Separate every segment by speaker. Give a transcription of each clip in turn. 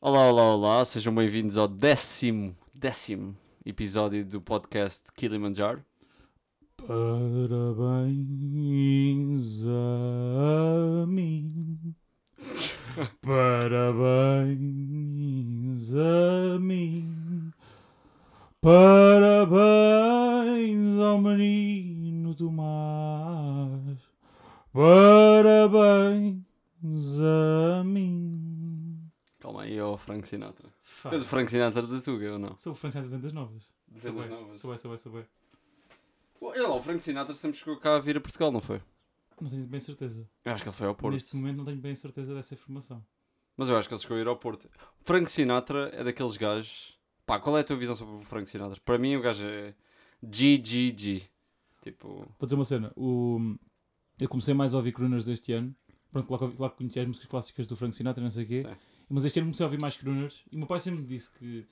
Speaker 1: Olá, olá, olá, sejam bem-vindos ao décimo, décimo episódio do podcast Kilimanjaro.
Speaker 2: Parabéns a mim. Parabéns a mim. Parabéns ao menino do mar. Parabéns a mim.
Speaker 1: Calma aí, ó Frank Sinatra.
Speaker 2: Fuck.
Speaker 1: Tu és o Frank Sinatra da Tuga ou não?
Speaker 2: Sou o Francisco das Novas.
Speaker 1: Das
Speaker 2: Ah. Sou
Speaker 1: Andas
Speaker 2: bué,
Speaker 1: Novas.
Speaker 2: Sou bem, sou bem, sou bem.
Speaker 1: Olha lá, o Frank Sinatra sempre chegou cá a vir a Portugal, não foi?
Speaker 2: Não tenho bem certeza.
Speaker 1: Eu acho que ele foi ao Porto.
Speaker 2: Neste momento não tenho bem certeza dessa informação.
Speaker 1: Mas eu acho que ele chegou a ir ao Porto. Frank Sinatra é daqueles gajos. Pá, qual é a tua visão sobre o Frank Sinatra? Para mim, o gajo é GGG. Tipo,
Speaker 2: Vou dizer uma cena. O... Eu comecei mais a ouvir crooners este ano. Pronto, logo, ouvi- logo conheci as músicas clássicas do Frank Sinatra, não sei o quê.
Speaker 1: Sim.
Speaker 2: Mas este ano comecei a ouvir mais crooners. E o meu pai sempre me disse que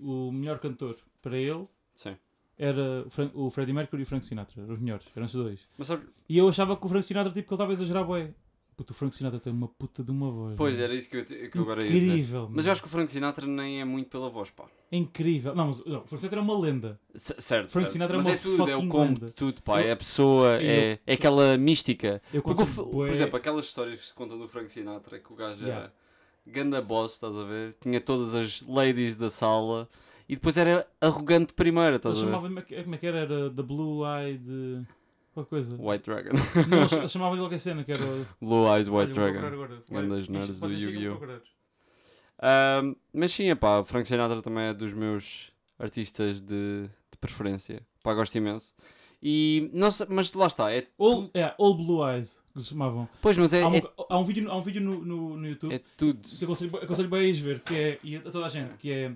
Speaker 2: o melhor cantor para ele
Speaker 1: sim.
Speaker 2: era o, Fran... o Freddie Mercury e o Frank Sinatra. Eram os melhores, eram os dois.
Speaker 1: Mas sabe,
Speaker 2: E eu achava que o Frank Sinatra, tipo, que ele estava a exagerar, bué. Puto, o Frank Sinatra tem uma puta de uma voz.
Speaker 1: pois
Speaker 2: mano.
Speaker 1: era isso que eu, te- que eu agora ia dizer.
Speaker 2: Incrível,
Speaker 1: Mas eu acho que o Frank Sinatra nem é muito pela voz, pá.
Speaker 2: é incrível. Não, mas não, o Frank Sinatra é uma lenda.
Speaker 1: C- certo.
Speaker 2: Frank
Speaker 1: certo.
Speaker 2: Sinatra é
Speaker 1: Mas
Speaker 2: uma
Speaker 1: é tudo, é o
Speaker 2: fucking
Speaker 1: combo
Speaker 2: lenda.
Speaker 1: de tudo, pá.
Speaker 2: Eu-
Speaker 1: É a pessoa,
Speaker 2: eu-
Speaker 1: é, é aquela mística.
Speaker 2: Eu
Speaker 1: Porque, o
Speaker 2: consigo,
Speaker 1: F-
Speaker 2: bué-
Speaker 1: por exemplo, aquelas histórias que se contam do Frank Sinatra, que o gajo
Speaker 2: Yeah.
Speaker 1: era ganda boss, estás a ver? Tinha todas as ladies da sala e depois era arrogante primeiro,
Speaker 2: Ele
Speaker 1: estás a ver?
Speaker 2: chamava como é que era? Era The Blue Eye de. qualquer coisa.
Speaker 1: White Dragon.
Speaker 2: Não, eles- eles chamavam-lhe qualquer cena que era.
Speaker 1: Blue Eyed White
Speaker 2: Olha, vou
Speaker 1: Dragon.
Speaker 2: procurar agora. Vai,
Speaker 1: Grandes
Speaker 2: deixa-
Speaker 1: nerds
Speaker 2: vocês
Speaker 1: do
Speaker 2: sigam
Speaker 1: Yu-Gi-Oh.
Speaker 2: procurar.
Speaker 1: Ahm, mas sim, epá, Frank Sinatra também é dos meus artistas de, de preferência. Pá, gosto imenso. E, não sei, mas lá está. É,
Speaker 2: All, é, All Blue Eyes, que lhes chamavam.
Speaker 1: pois, mas é,
Speaker 2: há, um,
Speaker 1: é,
Speaker 2: há um vídeo, há um vídeo no, no, no YouTube
Speaker 1: é tudo.
Speaker 2: que eu aconselho, aconselho bem a ires ver, que é, e a toda a gente, que é.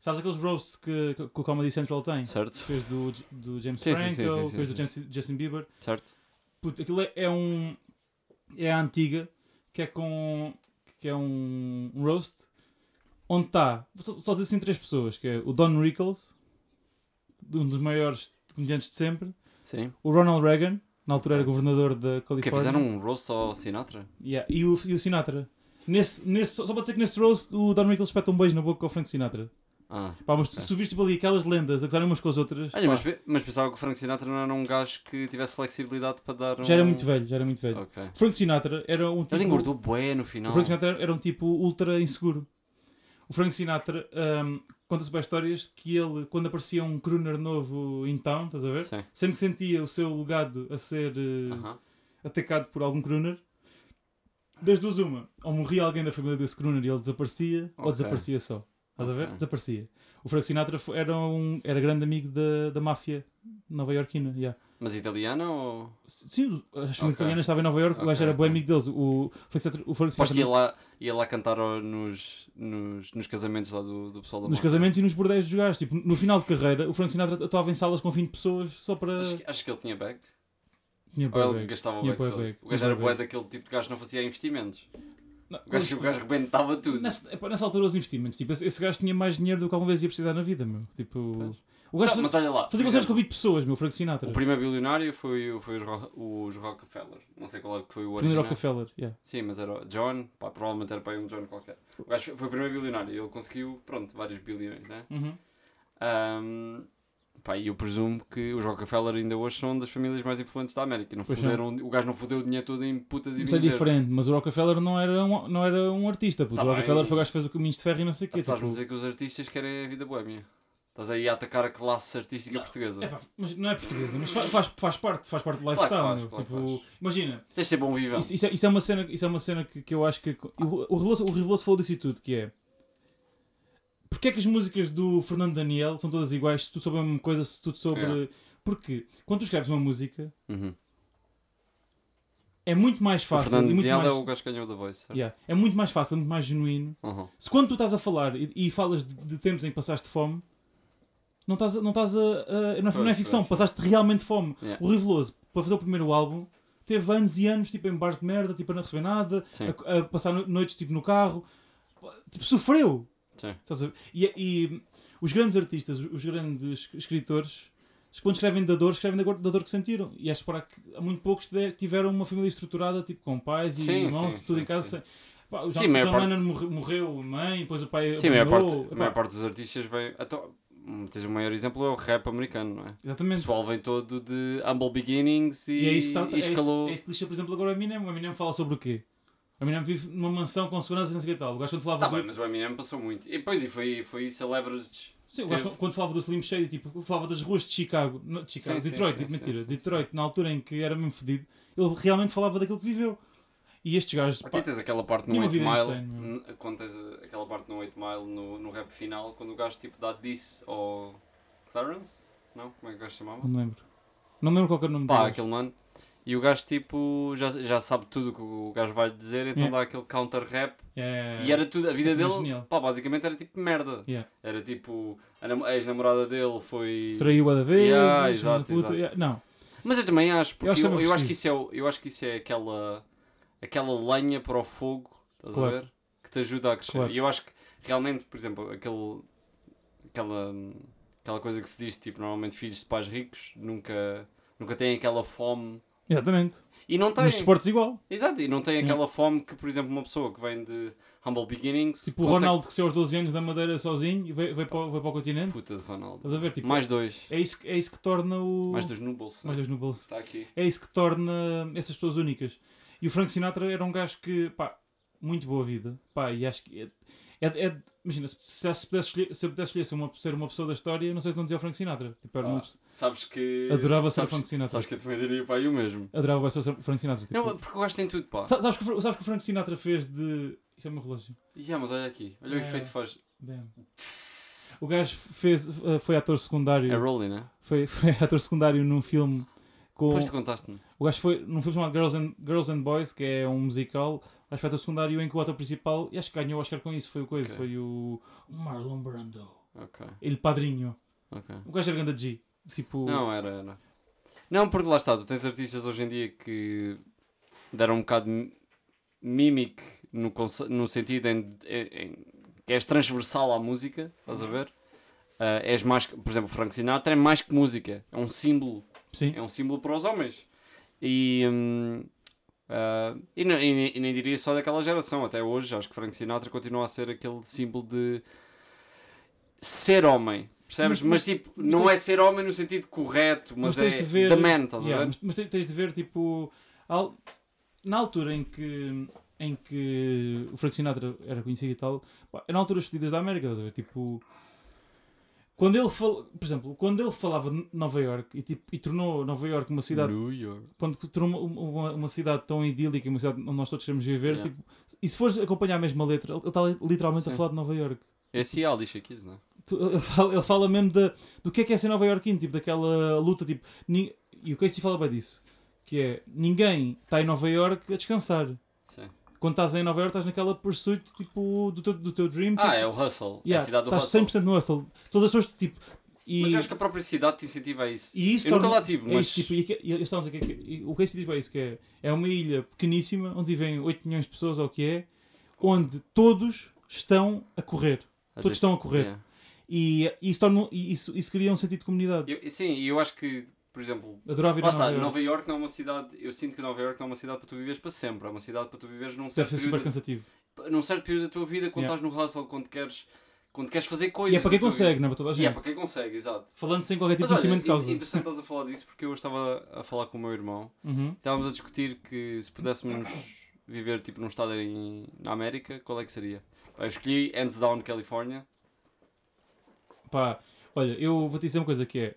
Speaker 2: Sabes aqueles roasts que, que o Comedy Central tem?
Speaker 1: Certo?
Speaker 2: Fez do, J- do James
Speaker 1: Sim, sim,
Speaker 2: Franco,
Speaker 1: sim, sim, sim,
Speaker 2: fez
Speaker 1: sim.
Speaker 2: do James- Justin Bieber.
Speaker 1: Certo?
Speaker 2: Puto, aquilo é, é um. É a antiga, que é com. que é um, um roast, onde está. Só, só existem três pessoas, que é o Don Rickles, um dos maiores comediantes de sempre,
Speaker 1: Sim.
Speaker 2: o Ronald Reagan, na altura era
Speaker 1: Ok.
Speaker 2: governador da
Speaker 1: Que
Speaker 2: Califórnia,
Speaker 1: fizeram um roast ao Sinatra?
Speaker 2: Yeah, e, o, e o Sinatra. Nesse, nesse, só só pode dizer que nesse roast o Don Rickles espeta um beijo na boca ao Frank Sinatra.
Speaker 1: Ah.
Speaker 2: Pá, mas
Speaker 1: Ok.
Speaker 2: se tu viste tipo, ali aquelas lendas a gozarem umas com as outras,
Speaker 1: Olha,
Speaker 2: pá,
Speaker 1: mas, pe- mas pensava que o Frank Sinatra não era um gajo que tivesse flexibilidade para dar um...
Speaker 2: já era muito velho, já era muito velho.
Speaker 1: Ok.
Speaker 2: Frank Sinatra era um tipo...
Speaker 1: Ele engordou bué no final.
Speaker 2: O Frank Sinatra era um tipo ultra inseguro. O Frank Sinatra hum, conta-se bem histórias que ele, quando aparecia um crooner novo em town, estás a ver?
Speaker 1: Sim.
Speaker 2: Sempre que sentia o seu legado a ser eh,
Speaker 1: Aham.
Speaker 2: atacado por algum crooner, das duas uma, ou morria alguém da família desse crooner e ele desaparecia, ou
Speaker 1: Ok.
Speaker 2: desaparecia só. Estás a ver?
Speaker 1: Ok.
Speaker 2: Desaparecia. O Frank Sinatra fo- era, um, era grande amigo da, da máfia nova-iorquina, yeah.
Speaker 1: Mas italiana ou...
Speaker 2: Sim, as famílias
Speaker 1: Ok.
Speaker 2: italianas estavam em Nova Iorque, o
Speaker 1: Ok,
Speaker 2: gajo era
Speaker 1: ok.
Speaker 2: bom amigo deles. O Frank Sinatra, o Frank
Speaker 1: Aposto
Speaker 2: Sinatra
Speaker 1: que ia lá, ia lá cantar ao- nos, nos, nos casamentos lá do, do pessoal da
Speaker 2: Nos
Speaker 1: Mafra.
Speaker 2: casamentos e nos bordéis dos gajos. Tipo, no final de carreira, o Frank Sinatra atuava em salas com 20 pessoas só para.
Speaker 1: Acho, que- acho que ele tinha back.
Speaker 2: Tinha
Speaker 1: Ou
Speaker 2: bué
Speaker 1: ele
Speaker 2: bag.
Speaker 1: gastava o
Speaker 2: Tinha
Speaker 1: back
Speaker 2: bué
Speaker 1: todo.
Speaker 2: back,
Speaker 1: O gajo
Speaker 2: tinha
Speaker 1: era
Speaker 2: bué
Speaker 1: bué
Speaker 2: back.
Speaker 1: daquele tipo de gajo que não fazia investimentos.
Speaker 2: Não,
Speaker 1: O gajo, o gajo rebentava tudo.
Speaker 2: nessa, epá, nessa altura, os investimentos. Tipo, esse, esse gajo tinha mais dinheiro do que alguma vez ia precisar na vida, meu. Tipo. O gajo
Speaker 1: Não, Tá,
Speaker 2: fazia-
Speaker 1: mas olha lá.
Speaker 2: fazia
Speaker 1: por
Speaker 2: concertos com
Speaker 1: exemplo,
Speaker 2: 20 pessoas, meu. Frank Sinatra.
Speaker 1: O primeiro bilionário foi, o- foi os, Ro- os Rockefeller. Não sei qual é que foi o
Speaker 2: Segundo
Speaker 1: original.
Speaker 2: Rockefeller. yeah.
Speaker 1: Sim, mas era o John, pá, provavelmente era para aí um John qualquer. O gajo foi o primeiro bilionário, ele conseguiu, pronto, vários bilhões, né?
Speaker 2: Uhum.
Speaker 1: Ahm, pá, e eu presumo que os Rockefeller ainda hoje são das famílias mais influentes da América. e Não
Speaker 2: Pois
Speaker 1: fuderam, o gajo não fudeu o dinheiro todo em putas e
Speaker 2: Isso é
Speaker 1: vinho verde.
Speaker 2: diferente, mas o Rockefeller não era um, não era um artista. puto.
Speaker 1: Tá
Speaker 2: o Rockefeller
Speaker 1: bem.
Speaker 2: foi o gajo que fez o caminho de ferro e não sei o
Speaker 1: Ah,
Speaker 2: quê.
Speaker 1: Estás-me a
Speaker 2: tipo.
Speaker 1: dizer que os artistas querem a vida boémia. Estás aí a atacar a classe artística portuguesa.
Speaker 2: Epá, mas não é portuguesa, mas fa- faz, faz parte, faz parte do
Speaker 1: Claro que
Speaker 2: lifestyle.
Speaker 1: faz,
Speaker 2: meu.
Speaker 1: claro que
Speaker 2: tipo, imagina,
Speaker 1: Tens de ser bom vivão.
Speaker 2: Isso, isso é, isso é uma cena, isso é uma cena que, que eu acho que. O, o, Riveloso- o Riveloso falou disso e tudo, que é. Porquê é que as músicas do Fernando Daniel são todas iguais se tudo sobre a mesma coisa, se tudo sobre.
Speaker 1: É.
Speaker 2: Porque quando tu escreves uma música
Speaker 1: Uhum.
Speaker 2: é muito mais
Speaker 1: O
Speaker 2: fácil.
Speaker 1: Fernando
Speaker 2: e muito
Speaker 1: Daniel
Speaker 2: mais,
Speaker 1: é o gajo que ganhou da voice. certo?
Speaker 2: Yeah, é muito mais fácil, muito mais genuíno.
Speaker 1: Uhum.
Speaker 2: Se quando tu estás a falar e, e falas de, de tempos em que passaste fome, não estás a. Não, estás a, a- não, é, não é
Speaker 1: Pois,
Speaker 2: ficção,
Speaker 1: pois.
Speaker 2: passaste realmente fome.
Speaker 1: Yeah.
Speaker 2: O Riveloso, para fazer o primeiro álbum, teve anos e anos tipo, em bares de merda, tipo, a não receber nada,
Speaker 1: Sim.
Speaker 2: a, a passar no- noites tipo, no carro. Tipo, sofreu.
Speaker 1: Sim.
Speaker 2: Estás a ver? E, e os grandes artistas, os- os grandes escritores, quando escrevem da dor, escrevem da dor, da dor que sentiram. E acho que há muito poucos que tiveram uma família estruturada, tipo, com pais e
Speaker 1: Sim,
Speaker 2: irmãos,
Speaker 1: sim,
Speaker 2: tudo
Speaker 1: sim,
Speaker 2: em casa.
Speaker 1: sim.
Speaker 2: sem- Pá, o John,
Speaker 1: Sim, a maior
Speaker 2: John
Speaker 1: parte-
Speaker 2: Lennon morre- morreu, mãe, depois o pai
Speaker 1: Sim, a maior parte,
Speaker 2: abandonou.
Speaker 1: a maior
Speaker 2: Epá,
Speaker 1: parte dos artistas vem. Então, hum, tens o maior exemplo é o rap americano, não é? O
Speaker 2: Exatamente.
Speaker 1: pessoal vem todo de humble beginnings e,
Speaker 2: E é isso que, está,
Speaker 1: e
Speaker 2: é isso,
Speaker 1: escalou.
Speaker 2: é isso que lixa, por exemplo, agora o Eminem. O Eminem fala sobre o quê? O Eminem vive numa mansão com segurança e não sei o que tal. O gajo quando falava
Speaker 1: Tá
Speaker 2: do...
Speaker 1: bem, mas o Eminem passou muito. E depois, e foi, foi isso a leverage.
Speaker 2: Sim, o gajo
Speaker 1: teve-
Speaker 2: quando falava do Slim Shady, tipo, falava das ruas de Chicago, não, de Chicago
Speaker 1: Sim, sim,
Speaker 2: Detroit,
Speaker 1: sim,
Speaker 2: tipo,
Speaker 1: sim,
Speaker 2: mentira,
Speaker 1: sim, sim.
Speaker 2: Detroit, na altura em que era mesmo fedido, ele realmente falava daquilo que viveu. E estes gajos, pá,
Speaker 1: Até tens aquela parte no
Speaker 2: Tinha uma
Speaker 1: 8
Speaker 2: vida
Speaker 1: Mile,
Speaker 2: insane, meu.
Speaker 1: n- quando tens a- aquela parte no 8 Mile, no, no rap final, quando o gajo tipo dá disse ao Clarence? Não? Como é que o gajo se chamava?
Speaker 2: não me lembro. Não me lembro qual que era o nome do
Speaker 1: Pá,
Speaker 2: gajo.
Speaker 1: aquele mano. E o gajo tipo já, já sabe tudo o que o gajo vai dizer, então
Speaker 2: Yeah.
Speaker 1: dá aquele counter rap
Speaker 2: É,
Speaker 1: E era tudo, a vida
Speaker 2: Isso é
Speaker 1: dele,
Speaker 2: genial.
Speaker 1: pá, basicamente era tipo merda.
Speaker 2: Yeah.
Speaker 1: Era tipo, a, nam- a ex-namorada dele foi.
Speaker 2: Traiu a da vez,
Speaker 1: Yeah,
Speaker 2: filho da
Speaker 1: exato,
Speaker 2: puta,
Speaker 1: exato.
Speaker 2: yeah, não.
Speaker 1: Mas eu também acho, porque eu,
Speaker 2: Eu acho
Speaker 1: eu acho,
Speaker 2: também
Speaker 1: que isso é, o- eu acho que isso é aquela, aquela lenha para o fogo, estás a
Speaker 2: Claro.
Speaker 1: ver? Que te ajuda a crescer.
Speaker 2: Claro.
Speaker 1: E eu acho que realmente, por exemplo, aquele, aquela, aquela coisa que se diz, tipo, normalmente filhos de pais ricos nunca, nunca têm aquela fome.
Speaker 2: Exatamente.
Speaker 1: E não têm.
Speaker 2: Nos esportes igual.
Speaker 1: Exato, e não têm
Speaker 2: Yeah.
Speaker 1: aquela fome que, por exemplo, uma pessoa que vem de humble beginnings.
Speaker 2: Tipo, o
Speaker 1: consegue-
Speaker 2: Ronaldo que saiu aos 12 anos da Madeira sozinho e veio, veio, para, o- veio para o continente.
Speaker 1: Puta de Ronaldo.
Speaker 2: Estás a ver? Tipo,
Speaker 1: Mais dois.
Speaker 2: é, isso, que- é isso que torna o...
Speaker 1: Mais dois no bolso.
Speaker 2: Mais dois no bolso.
Speaker 1: Está aqui.
Speaker 2: É isso que torna essas pessoas únicas. E o Frank Sinatra era um gajo que, pá, muito boa vida. Pá, e acho que. É, é- é- imagina, se, se pudesse escolher, se eu pudesse escolher ser uma, ser uma pessoa da história, não sei se não dizia o Frank Sinatra. Tipo, era uma
Speaker 1: Ah,
Speaker 2: pessoa-
Speaker 1: Sabes que.
Speaker 2: adorava ser o
Speaker 1: sabes,
Speaker 2: Frank Sinatra.
Speaker 1: Sabes que eu também diria para aí o mesmo.
Speaker 2: Adorava ser o Frank Sinatra. Tipo,
Speaker 1: Não, porque eu gosto em tudo, pá.
Speaker 2: Sa- sabes, que, o Fra- sabes que o Frank Sinatra fez de. Isto é o meu relógio.
Speaker 1: Yeah, ah, mas olha aqui. Olha o
Speaker 2: É.
Speaker 1: efeito que faz.
Speaker 2: Damn. O gajo fez, eh, foi ator
Speaker 1: É
Speaker 2: secundário.
Speaker 1: Rolling, né?
Speaker 2: Foi, foi ator secundário num filme com.
Speaker 1: Depois tu contaste-me.
Speaker 2: O gajo foi num filme chamado Girls and, Girls and Boys, que é um musical, acho que foi ator secundário em que o ator principal, e acho que ganhou o Oscar com isso, foi o coisa,
Speaker 1: Ok.
Speaker 2: foi o o Marlon Brando.
Speaker 1: Ok,
Speaker 2: Ele padrinho.
Speaker 1: ok.
Speaker 2: O gajo era grande G. Tipo,
Speaker 1: Não, era, era. Não, porque lá está, tu tens artistas hoje em dia que deram um bocado de mimic no, conce- no sentido em, em- em- que és transversal à música, estás a ver? Ah, és mais, que- por exemplo, Frank Sinatra é mais que música, é um símbolo.
Speaker 2: sim.
Speaker 1: é um símbolo para os homens. E, hum, ah, e, não- e nem- e nem diria só daquela geração, até hoje, acho que Frank Sinatra continua a ser aquele símbolo de ser homem. Percebes? Mas,
Speaker 2: Mas- mas-
Speaker 1: tipo,
Speaker 2: mas
Speaker 1: não
Speaker 2: tens-
Speaker 1: é ser homem no sentido correto, mas,
Speaker 2: tens
Speaker 1: é
Speaker 2: de ver-
Speaker 1: the man, estás
Speaker 2: Yeah,
Speaker 1: a ver?
Speaker 2: mas, mas tens- tens de ver, tipo, al- na altura em que, em que o Frank Sinatra era conhecido e tal, pá, era na altura das fedidas da América, estás a ver? Tipo, quando ele fal... por exemplo, quando ele falava de Nova York e, tipo, e tornou Nova York uma cidade
Speaker 1: New York.
Speaker 2: quando que tornou uma, uma, uma cidade tão idílica, uma cidade onde nós todos queremos viver,
Speaker 1: Yeah.
Speaker 2: tipo, e se fores acompanhar a mesma letra, ele está literalmente
Speaker 1: Sim.
Speaker 2: a falar de Nova Iorque.
Speaker 1: Esse é Alicia Keys, não é?
Speaker 2: Tu- Ele fala, ele fala mesmo da do que é que é ser Nova Iorquino, tipo, daquela luta, tipo, ni- e o Casey fala bem disso, que é, ninguém está em Nova Iorque a descansar.
Speaker 1: Sim.
Speaker 2: Quando estás em Nova Iorque estás naquela pursuit, tipo, do teu, do teu dream,
Speaker 1: Ah,
Speaker 2: tipo,
Speaker 1: é o Hustle. é a
Speaker 2: yeah,
Speaker 1: cidade do
Speaker 2: estás
Speaker 1: Hustle.
Speaker 2: 100% no hustle. Todas as pessoas, tipo, e...
Speaker 1: Mas eu acho que a própria cidade te incentiva a isso.
Speaker 2: E isso
Speaker 1: eu nunca
Speaker 2: torna-
Speaker 1: lá tive,
Speaker 2: É
Speaker 1: mas.
Speaker 2: isso, tipo, e, que- e, eles estão a dizer que- que- e o Casey diz bem isso, que é, é uma ilha pequeníssima, onde vivem 8 milhões de pessoas, ou o que é, onde todos estão a correr.
Speaker 1: a
Speaker 2: todos estão a
Speaker 1: desse-
Speaker 2: correr.
Speaker 1: yeah.
Speaker 2: E, e isso, torna, e isso, isso cria um sentido de comunidade.
Speaker 1: Eu- sim, e eu acho que, por exemplo,
Speaker 2: Adorava ir
Speaker 1: Lá
Speaker 2: a
Speaker 1: está,
Speaker 2: Nova
Speaker 1: Nova,
Speaker 2: Iorque.
Speaker 1: York não é uma cidade. Eu sinto que Nova York não é uma cidade para tu viveres para sempre. É uma cidade para tu viveres num
Speaker 2: Deve
Speaker 1: certo,
Speaker 2: ser super
Speaker 1: período,
Speaker 2: cansativo.
Speaker 1: num certo período da tua vida, quando
Speaker 2: Yeah.
Speaker 1: estás no hustle, quando queres, quando queres fazer
Speaker 2: E
Speaker 1: coisas.
Speaker 2: é para quem
Speaker 1: da tua vida.
Speaker 2: consegue, não é para toda a gente.
Speaker 1: E é para quem consegue, exato.
Speaker 2: Falando sem qualquer tipo
Speaker 1: Mas
Speaker 2: de
Speaker 1: olha,
Speaker 2: conhecimento de
Speaker 1: in-
Speaker 2: causa.
Speaker 1: interessante estás a falar disso porque eu estava a falar com o meu irmão.
Speaker 2: Uhum.
Speaker 1: Estávamos a discutir que se pudéssemos viver tipo num estado em, na América, qual é que seria? Pá, Eu escolhi Hands Down California.
Speaker 2: Pá, olha, eu vou-te dizer uma coisa que é,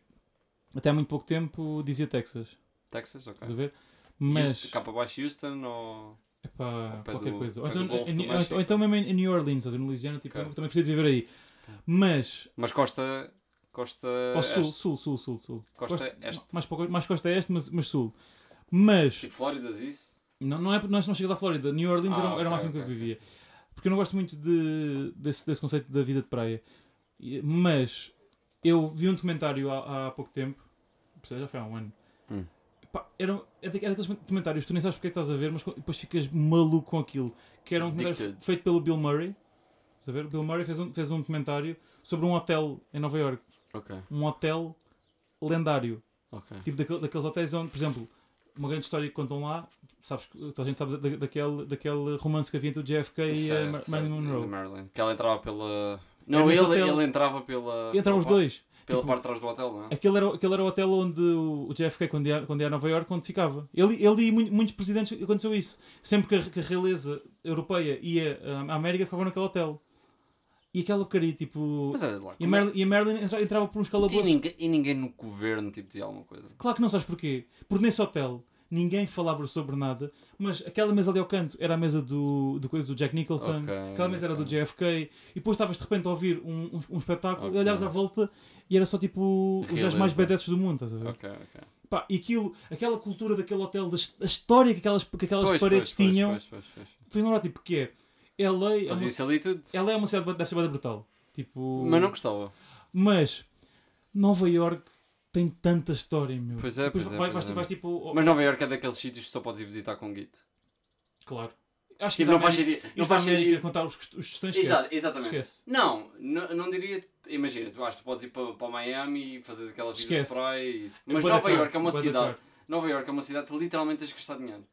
Speaker 2: até há muito pouco tempo dizia Texas,
Speaker 1: Texas, ok.
Speaker 2: estás a ver?
Speaker 1: Mas...
Speaker 2: Mas...
Speaker 1: Cá para baixo, Houston ou.
Speaker 2: Epá,
Speaker 1: Ao pé
Speaker 2: qualquer
Speaker 1: do-
Speaker 2: coisa.
Speaker 1: ao
Speaker 2: Ou
Speaker 1: pé do
Speaker 2: então,
Speaker 1: Golfo
Speaker 2: em-
Speaker 1: do
Speaker 2: ou-
Speaker 1: México.
Speaker 2: ou então mesmo em New Orleans, ou em Louisiana, tipo,
Speaker 1: Ok.
Speaker 2: eu também gostaria de viver aí. Mas,
Speaker 1: Mas Costa. Costa.
Speaker 2: ao sul,
Speaker 1: Eh, Este.
Speaker 2: sul, sul, sul, sul.
Speaker 1: Costa
Speaker 2: Costa-
Speaker 1: Este.
Speaker 2: Mais, para o- mais costa é este, mas, mas sul. Mas,
Speaker 1: Tipo Flóridas, isso?
Speaker 2: não, não é não, não chegas à Flórida. New Orleans
Speaker 1: Ah,
Speaker 2: era, era
Speaker 1: ok,
Speaker 2: o máximo que
Speaker 1: ok,
Speaker 2: eu vivia. Porque eu não gosto muito de, desse, desse conceito da vida de praia. E- Mas, eu vi um documentário há, há pouco tempo, ou seja, já foi há um ano.
Speaker 1: Hum.
Speaker 2: Pá, era, é daque- é daqueles documentários, que tu nem sabes porque é que estás a ver, mas co- depois ficas maluco com aquilo. Que era um documentário
Speaker 1: Addicted.
Speaker 2: fe- feito pelo Bill Murray. Estás a ver? O Bill Murray fez um, fez um documentário sobre um hotel em Nova York.
Speaker 1: Ok,
Speaker 2: Um hotel lendário.
Speaker 1: ok.
Speaker 2: Tipo daquele- daqueles hotéis onde, por exemplo, uma grande história que contam lá. Sabes, que- toda a gente sabe da- da- daquele, daquele romance que havia entre o JFK e a
Speaker 1: Certo,
Speaker 2: é Mar-
Speaker 1: certo,
Speaker 2: Marilyn
Speaker 1: de
Speaker 2: Monroe.
Speaker 1: Marilyn. Que ela entrava pela. Não,
Speaker 2: nesse
Speaker 1: ele,
Speaker 2: hotel.
Speaker 1: ele entrava pela.
Speaker 2: Entravam os
Speaker 1: pela,
Speaker 2: dois.
Speaker 1: Pela
Speaker 2: tipo-
Speaker 1: parte de trás do hotel, não é?
Speaker 2: Aquele era, o- aquele era o hotel onde o o JFK, quando ia, quando ia a Nova Iorque, quando ficava. Ele, ele e mu- muitos presidentes aconteceu isso. Sempre que a, que a realeza europeia ia hum, à à América, ficavam naquele hotel. E aquela porcaria, tipo.
Speaker 1: Mas olha lá.
Speaker 2: E a
Speaker 1: como é-
Speaker 2: Marilyn, e a Marilyn entra- entrava por uns
Speaker 1: E
Speaker 2: calabouços.
Speaker 1: ninguém, e ninguém no governo tipo, dizia alguma coisa.
Speaker 2: Claro que não sabes porquê. Porque nesse hotel ninguém falava sobre nada, mas aquela mesa ali ao canto era a mesa do, do coisa do Jack Nicholson,
Speaker 1: Ok,
Speaker 2: aquela mesa era do
Speaker 1: ok.
Speaker 2: JFK, e depois estavas de repente a ouvir um, um, um espetáculo
Speaker 1: Ok.
Speaker 2: e olhavas à volta e era só tipo os gajos
Speaker 1: Realeza.
Speaker 2: mais badasses do mundo, estás a ver?
Speaker 1: Ok, ok.
Speaker 2: Pá, e aquilo, aquela cultura daquele hotel, da his- a história que aquelas, que aquelas
Speaker 1: Pois,
Speaker 2: paredes
Speaker 1: pois, pois,
Speaker 2: tinham,
Speaker 1: pois, pois, pois.
Speaker 2: fez lembrar tipo que é. LA é,
Speaker 1: Fazia
Speaker 2: uma,
Speaker 1: isso ali tudo.
Speaker 2: LA é uma cidade deve ser bué brutal. Tipo,
Speaker 1: Mas não gostava.
Speaker 2: mas Nova York tem tanta história, meu.
Speaker 1: Pois é,
Speaker 2: Depois
Speaker 1: pois é,
Speaker 2: vai-
Speaker 1: pois
Speaker 2: vais,
Speaker 1: é.
Speaker 2: vais tipo. ao-
Speaker 1: Mas Nova Iorque é daqueles sítios que só podes ir visitar com guito.
Speaker 2: Claro. Acho
Speaker 1: Tipo,
Speaker 2: isso
Speaker 1: não faz
Speaker 2: América-
Speaker 1: sentido. Não
Speaker 2: isso da
Speaker 1: faz
Speaker 2: América
Speaker 1: sentido.
Speaker 2: contar os, cost- os questões
Speaker 1: Exato,
Speaker 2: esquece.
Speaker 1: exatamente.
Speaker 2: Esquece.
Speaker 1: Não, não, não diria. Imagina, tu acho que tu podes ir para, para Miami e fazeres aquela vida
Speaker 2: Esquece.
Speaker 1: de praia e isso. Mas
Speaker 2: Bué da
Speaker 1: Nova
Speaker 2: caro,
Speaker 1: Iorque é uma
Speaker 2: bué da
Speaker 1: cidade.
Speaker 2: caro.
Speaker 1: Nova Iorque é uma cidade que literalmente tens que gastar dinheiro.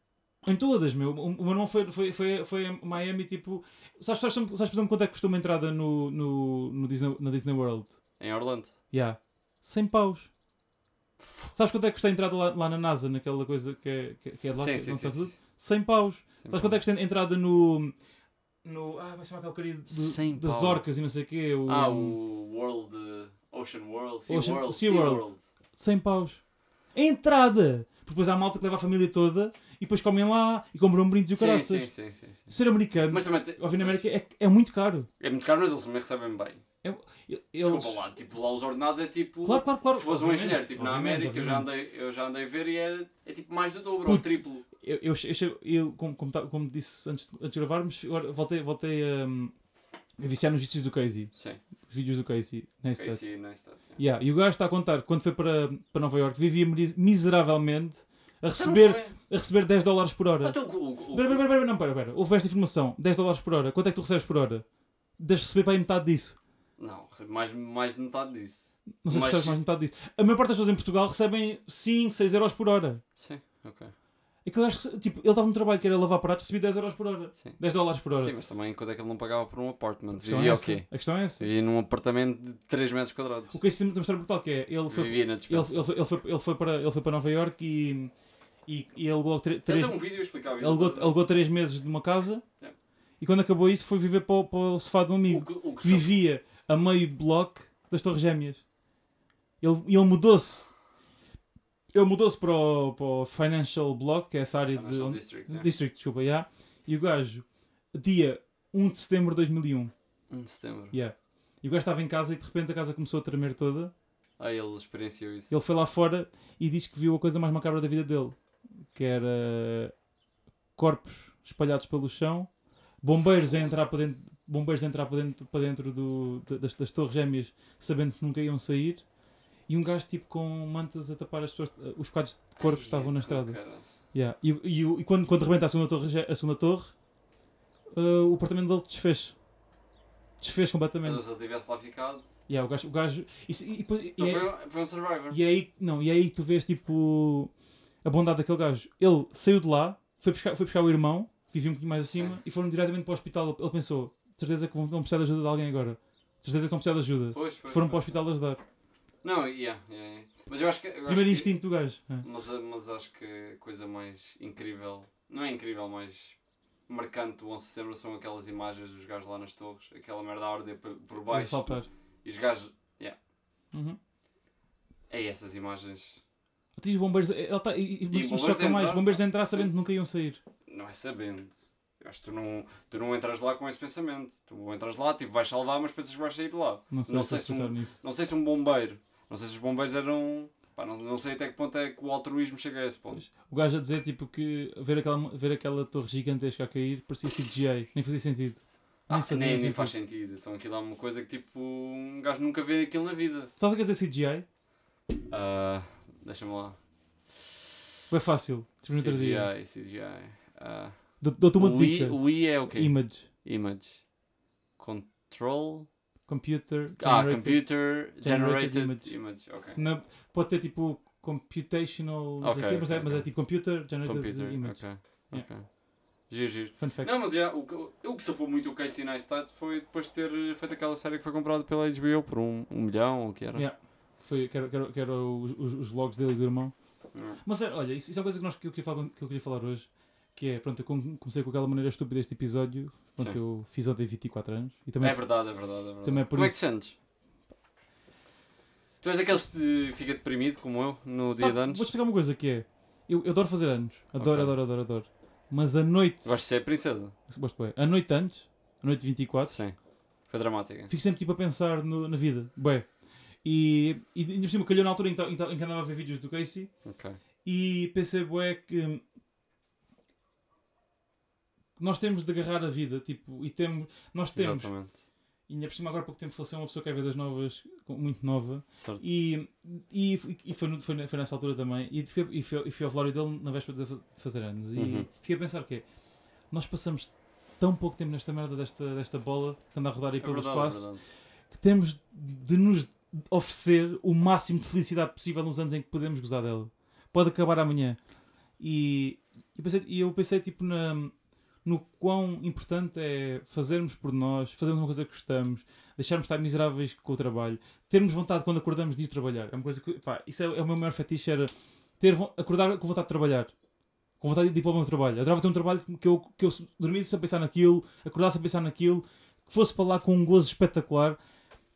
Speaker 2: Em todas, meu. O o meu não foi, foi, foi, foi a Miami, tipo. Sabes, sabes, sabes, por exemplo, quanto é que custou uma entrada no, no, no Disney, na Disney World?
Speaker 1: Em Orlando.
Speaker 2: Yeah. 100 paus. Sabes quanto é que custa a entrada lá, lá na NASA, naquela coisa que é, que, que é de lá?
Speaker 1: Sim,
Speaker 2: que
Speaker 1: sim,
Speaker 2: não
Speaker 1: sim,
Speaker 2: está
Speaker 1: sim.
Speaker 2: tudo? 100 paus.
Speaker 1: Sim,
Speaker 2: Sabes quanto é que custa a entrada no. no ah, como é que se chama aquele querido?
Speaker 1: 100
Speaker 2: das
Speaker 1: pau.
Speaker 2: orcas e não sei o quê. O,
Speaker 1: Ah, o World. eh, Ocean World, Sea
Speaker 2: um- Ocean-
Speaker 1: World,
Speaker 2: Sea
Speaker 1: Sea
Speaker 2: World.
Speaker 1: World.
Speaker 2: 100 paus. A entrada! Porque depois há malta que leva a família toda e depois comem lá e compram brindes e o
Speaker 1: Sim,
Speaker 2: caraças.
Speaker 1: sim, sim, sim, sim.
Speaker 2: Ser americano,
Speaker 1: Mas também. te-
Speaker 2: ao vir na América, é, é muito caro.
Speaker 1: É muito caro, mas eles também recebem bem.
Speaker 2: Eles...
Speaker 1: Desculpa lá, tipo, lá os ordenados é tipo.
Speaker 2: Claro, claro, claro.
Speaker 1: se fosse um
Speaker 2: obviamente,
Speaker 1: engenheiro, tipo, na
Speaker 2: obviamente,
Speaker 1: América, eu, já
Speaker 2: obviamente.
Speaker 1: andei, eu já andei a ver e era, é tipo mais do dobro, ou
Speaker 2: Puto.
Speaker 1: triplo.
Speaker 2: Eu, eu, che- eu che- eu, como, como, ta- como disse antes de, antes de gravarmos, agora voltei, voltei hum, a viciar nos vídeos do Casey.
Speaker 1: Sim,
Speaker 2: Os vídeos do Casey, nesse
Speaker 1: Casey
Speaker 2: Casey.
Speaker 1: Neistat. sim.
Speaker 2: Yeah, e o gajo está a contar que quando foi para, para Nova York vivia mis- miseravelmente
Speaker 1: Então não
Speaker 2: a receber,
Speaker 1: foi-
Speaker 2: a receber 10 dólares por hora.
Speaker 1: Então, o- o- o-
Speaker 2: Pera, pera, pera, pera, não, pera, pera. Houve esta informação. 10 dólares por hora. Quanto é que tu recebes por hora? Deves receber para aí metade disso.
Speaker 1: Não, mais, mais de metade disso.
Speaker 2: Não sei se
Speaker 1: Mas-
Speaker 2: recebes mais metade disso. A maior parte das pessoas em Portugal recebem 5, 6 euros por hora.
Speaker 1: Sim, ok.
Speaker 2: Aquilo acho que, tipo, ele estava no trabalho que era lavar pratos, recebia 10 euros por hora.
Speaker 1: Sim.
Speaker 2: 10 dólares por hora.
Speaker 1: Sim, mas também quando é que ele não pagava por um apartamento?
Speaker 2: a, questão é
Speaker 1: Vivia o
Speaker 2: essa.
Speaker 1: quê?
Speaker 2: a questão é essa.
Speaker 1: Vivia num apartamento de 3 metros quadrados.
Speaker 2: O que é isso mostrar brutal que é? Ele foi,
Speaker 1: Vivia na
Speaker 2: ele,
Speaker 1: dispensa.
Speaker 2: ele foi, ele foi, ele foi para, ele foi para Nova Iorque e, e, e alugou tre-
Speaker 1: Ele
Speaker 2: três-
Speaker 1: tem um vídeo a explicar isso.
Speaker 2: alugou, alugou 3 meses de uma casa
Speaker 1: Yeah.
Speaker 2: e quando acabou isso foi viver para, o- para o sofá de um amigo.
Speaker 1: o que, o que
Speaker 2: que vivia a meio bloco das Torres Gêmeas. Ele, ele mudou-se. Ele mudou-se para o, para o Financial Block, que é essa área de.
Speaker 1: National
Speaker 2: onde-
Speaker 1: District, é.
Speaker 2: District, desculpa, yeah. E o gajo, dia 1 de setembro de 2001.
Speaker 1: 1 de setembro.
Speaker 2: Yeah. um, E o gajo estava em casa e de repente a casa começou a tremer toda.
Speaker 1: Ah, ele experienciou isso.
Speaker 2: Ele foi lá fora e diz que viu a coisa mais macabra da vida dele: que era corpos espalhados pelo chão, bombeiros a entrar para dentro, bombeiros a entrar para dentro, para dentro do, da- das, das torres gêmeas, sabendo que nunca iam sair, e um gajo tipo com mantas a tapar as pessoas, eh, os quadros de corpos que estavam na estrada.
Speaker 1: Caralho.
Speaker 2: Yeah. E, e, o- e quando, quando rebenta a segunda torre, gé- a segunda torre eh, o apartamento dele desfez. Desfez completamente.
Speaker 1: Mas se ele tivesse lá ficado.
Speaker 2: Yeah, o gajo, o gajo, isso- e, depois- e
Speaker 1: Então
Speaker 2: é-
Speaker 1: foi, um- foi um survivor.
Speaker 2: e é aí, não, e é aí que tu vês tipo a bondade daquele gajo. Ele saiu de lá, foi buscar, foi buscar o irmão, que vivia um bocadinho mais acima,
Speaker 1: Sim.
Speaker 2: e foram diretamente para o hospital. Ele pensou, de certeza que vão vão precisar de ajuda de alguém agora. De certeza que vão precisar de ajuda.
Speaker 1: Pois, pois,
Speaker 2: é-
Speaker 1: é.
Speaker 2: foram para o
Speaker 1: pois.
Speaker 2: hospital ajudar.
Speaker 1: Não, yeah, yeah, yeah. Mas eu acho que. eu acho
Speaker 2: Primeiro
Speaker 1: que-
Speaker 2: instinto do gajo. É.
Speaker 1: Mas, eh, mas acho que a coisa mais incrível, não é incrível, mas marcante do 11 de setembro são aquelas imagens dos gajos lá nas torres, aquela merda a arder por, por
Speaker 2: Vai
Speaker 1: baixo.
Speaker 2: saltar.
Speaker 1: E os gajos.
Speaker 2: Uhum.
Speaker 1: É essas imagens.
Speaker 2: Então, e os bombeiros, ele tá, e, e, mas isto
Speaker 1: bombeiros
Speaker 2: choca mais.
Speaker 1: entraram.
Speaker 2: Bombeiros a entrar sabendo que nunca iam sair.
Speaker 1: Não é sabendo. Eu acho que tu não, tu não entras lá com esse pensamento. Tu entras lá, tipo, vais salvar, mas pensas que vais sair de lá.
Speaker 2: Não sei,
Speaker 1: Não
Speaker 2: se
Speaker 1: sei
Speaker 2: eles
Speaker 1: se um-
Speaker 2: pensaram nisso.
Speaker 1: Não sei se um bombeiro. Não sei se os bombeiros eram. Pá, não, não sei até que ponto é que o altruísmo chega a esse ponto.
Speaker 2: O gajo a dizer tipo que ver aquela, ver aquela torre gigantesca a cair parecia CGI. Nem fazia sentido.
Speaker 1: Ah,
Speaker 2: Nem fazia
Speaker 1: nem, nem
Speaker 2: sentido.
Speaker 1: faz sentido. Então aquilo é uma coisa que tipo. Um gajo nunca vê aquilo na vida.
Speaker 2: Sabes o que é dizer CGI?
Speaker 1: Ah, Deixa-me lá.
Speaker 2: Foi fácil. Tipo, no outro dia.
Speaker 1: CGI, CGI. Ah,
Speaker 2: Dou- Dou-te uma
Speaker 1: o, I,
Speaker 2: dica.
Speaker 1: o I é o quê?
Speaker 2: Image.
Speaker 1: Image. Control.
Speaker 2: Computer.
Speaker 1: Ah,
Speaker 2: generated.
Speaker 1: computer
Speaker 2: generated
Speaker 1: generated,
Speaker 2: image.
Speaker 1: image. Ok.
Speaker 2: Na- pode ter tipo computational. não sei o
Speaker 1: Ok,
Speaker 2: quê, mas, é,
Speaker 1: ok,
Speaker 2: mas é
Speaker 1: ok.
Speaker 2: tipo computer generated
Speaker 1: Computer,
Speaker 2: image.
Speaker 1: ok. ok. Giro, giro.
Speaker 2: Fun fact.
Speaker 1: Não, mas yeah, o, que- o que safou muito o Casey Neistat foi depois de ter feito aquela série que foi comprada pela HBO por um, um milhão ou o que era.
Speaker 2: Yeah. Foi, que era, que era- que era os, os- os logs dele e do irmão.
Speaker 1: Yeah.
Speaker 2: Mas é, olha, isso, isso é uma coisa que, nós, que, eu queria falar, que eu queria falar hoje. Que é, pronto, eu com- comecei com aquela maneira estúpida este episódio. Pronto,
Speaker 1: Sim.
Speaker 2: eu fiz ontem 24 anos. E também
Speaker 1: É verdade, é verdade, é verdade.
Speaker 2: Também é por
Speaker 1: Como
Speaker 2: isso-
Speaker 1: é que sentes? Tu és aqueles que fica deprimido, como eu, no um dia
Speaker 2: Sabe,
Speaker 1: de anos?
Speaker 2: Vou-te explicar uma coisa que é. Eu, eu adoro fazer anos. Adoro,
Speaker 1: Ok.
Speaker 2: adoro, adoro, adoro. Mas a noite.
Speaker 1: Gosto de ser princesa.
Speaker 2: Gosto bem. A noite antes, a noite de 24,
Speaker 1: Sim. Foi dramática.
Speaker 2: fico sempre tipo a pensar no- na vida. Bem. E, e ainda por cima calhou na altura em, que ta- em, ta- em que andava a ver vídeos do Casey
Speaker 1: Ok.
Speaker 2: e pensei bué que hum, nós temos de agarrar a vida, tipo, e temos, nós temos,
Speaker 1: Exatamente.
Speaker 2: e ainda por cima agora há pouco tempo faleceu uma pessoa que é das novas, com- muito nova,
Speaker 1: Certo.
Speaker 2: E, e, e foi, no- foi, na- foi nessa altura também. E fui, e fui, e fui ao velório dele na véspera de fa- de fazer anos. E
Speaker 1: Uhum.
Speaker 2: fiquei a pensar que é, nós passamos tão pouco tempo nesta merda desta, desta bola que anda a rodar aí
Speaker 1: É
Speaker 2: pelo
Speaker 1: verdade, é
Speaker 2: Tipo, espaço
Speaker 1: verdade.
Speaker 2: que temos de nos oferecer o máximo de felicidade possível nos anos em que podemos gozar dela. Pode acabar amanhã. E, e, pensei- e eu pensei tipo na, no quão importante é fazermos por nós, fazermos uma coisa que gostamos, deixarmos de estar miseráveis com o trabalho, termos vontade quando acordamos de ir trabalhar. É uma coisa que, pá, isso é, é o meu maior fetiche, era ter, vo- acordar com vontade de trabalhar. Com vontade de ir para o meu trabalho. Eu adorava ter um trabalho que eu, que eu dormisse a pensar naquilo, acordasse a pensar naquilo, que fosse para lá com um gozo espetacular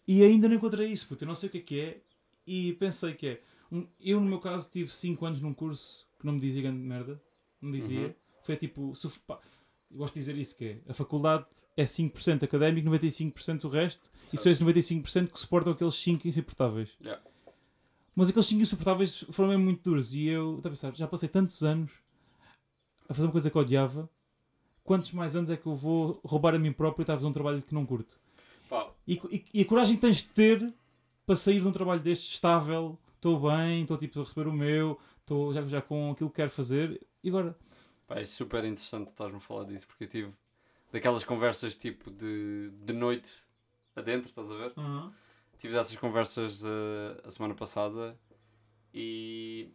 Speaker 2: e ainda não encontrei isso, puto. Eu não sei o que é que é e pensei que é. Um- eu, no meu caso, tive 5 anos num curso que não me dizia grande merda. Não me dizia.
Speaker 1: Uhum.
Speaker 2: Foi tipo. suf- pá, eu gosto de dizer isso: que é a faculdade é 5% académico, 95% o resto, e só esses 95% que suportam aqueles 5 insuportáveis.
Speaker 1: Yeah.
Speaker 2: Mas aqueles 5 insuportáveis foram mesmo muito duros. E eu, está a pensar, já passei tantos anos a fazer uma coisa que odiava. Quantos mais anos é que eu vou roubar a mim próprio e estar a fazer um trabalho que não curto?
Speaker 1: Pá,
Speaker 2: E, co- e- e a coragem que tens de ter para sair de um trabalho deste estável, estou bem, estou tipo a receber o meu, estou já, já com aquilo que quero fazer. E agora?
Speaker 1: Pá, é super interessante tu estás-me a falar disso, porque eu tive daquelas conversas tipo de, de noite adentro, estás a ver? Tive dessas conversas eh, a semana passada e.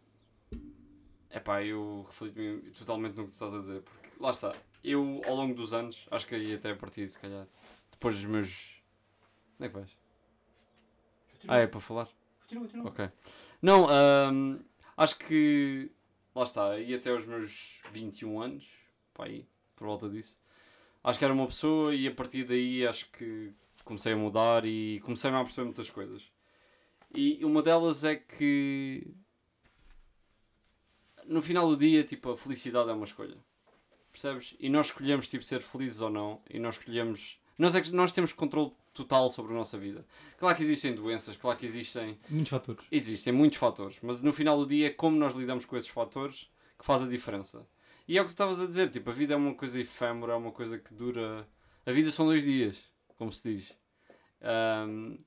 Speaker 1: Epá, eu reflito-me totalmente no que tu estás a dizer, porque lá está, eu ao longo dos anos, acho que aí até a partir, se calhar, depois dos meus. Onde é que vais? Ah, é para falar?
Speaker 2: Continua, continua.
Speaker 1: Ok. Não, ahm, acho que. Lá está, e até aos meus 21 anos, pá, aí, por volta disso. Acho que era uma pessoa e a partir daí acho que comecei a mudar e comecei-me a perceber muitas coisas. E uma delas é que. No final do dia, tipo, a felicidade é uma escolha. Percebes? E nós escolhemos, tipo, ser felizes ou não. E nós escolhemos. Nós, é que, nós temos controle total sobre a nossa vida. Claro que existem doenças, claro que existem
Speaker 2: Muitos fatores.
Speaker 1: Existem muitos fatores, mas no final do dia é como nós lidamos com esses fatores que faz a diferença. E é o que tu estavas a dizer, tipo, a vida é uma coisa efêmera, é uma coisa que dura. A vida são dois dias, como se diz. Ahm,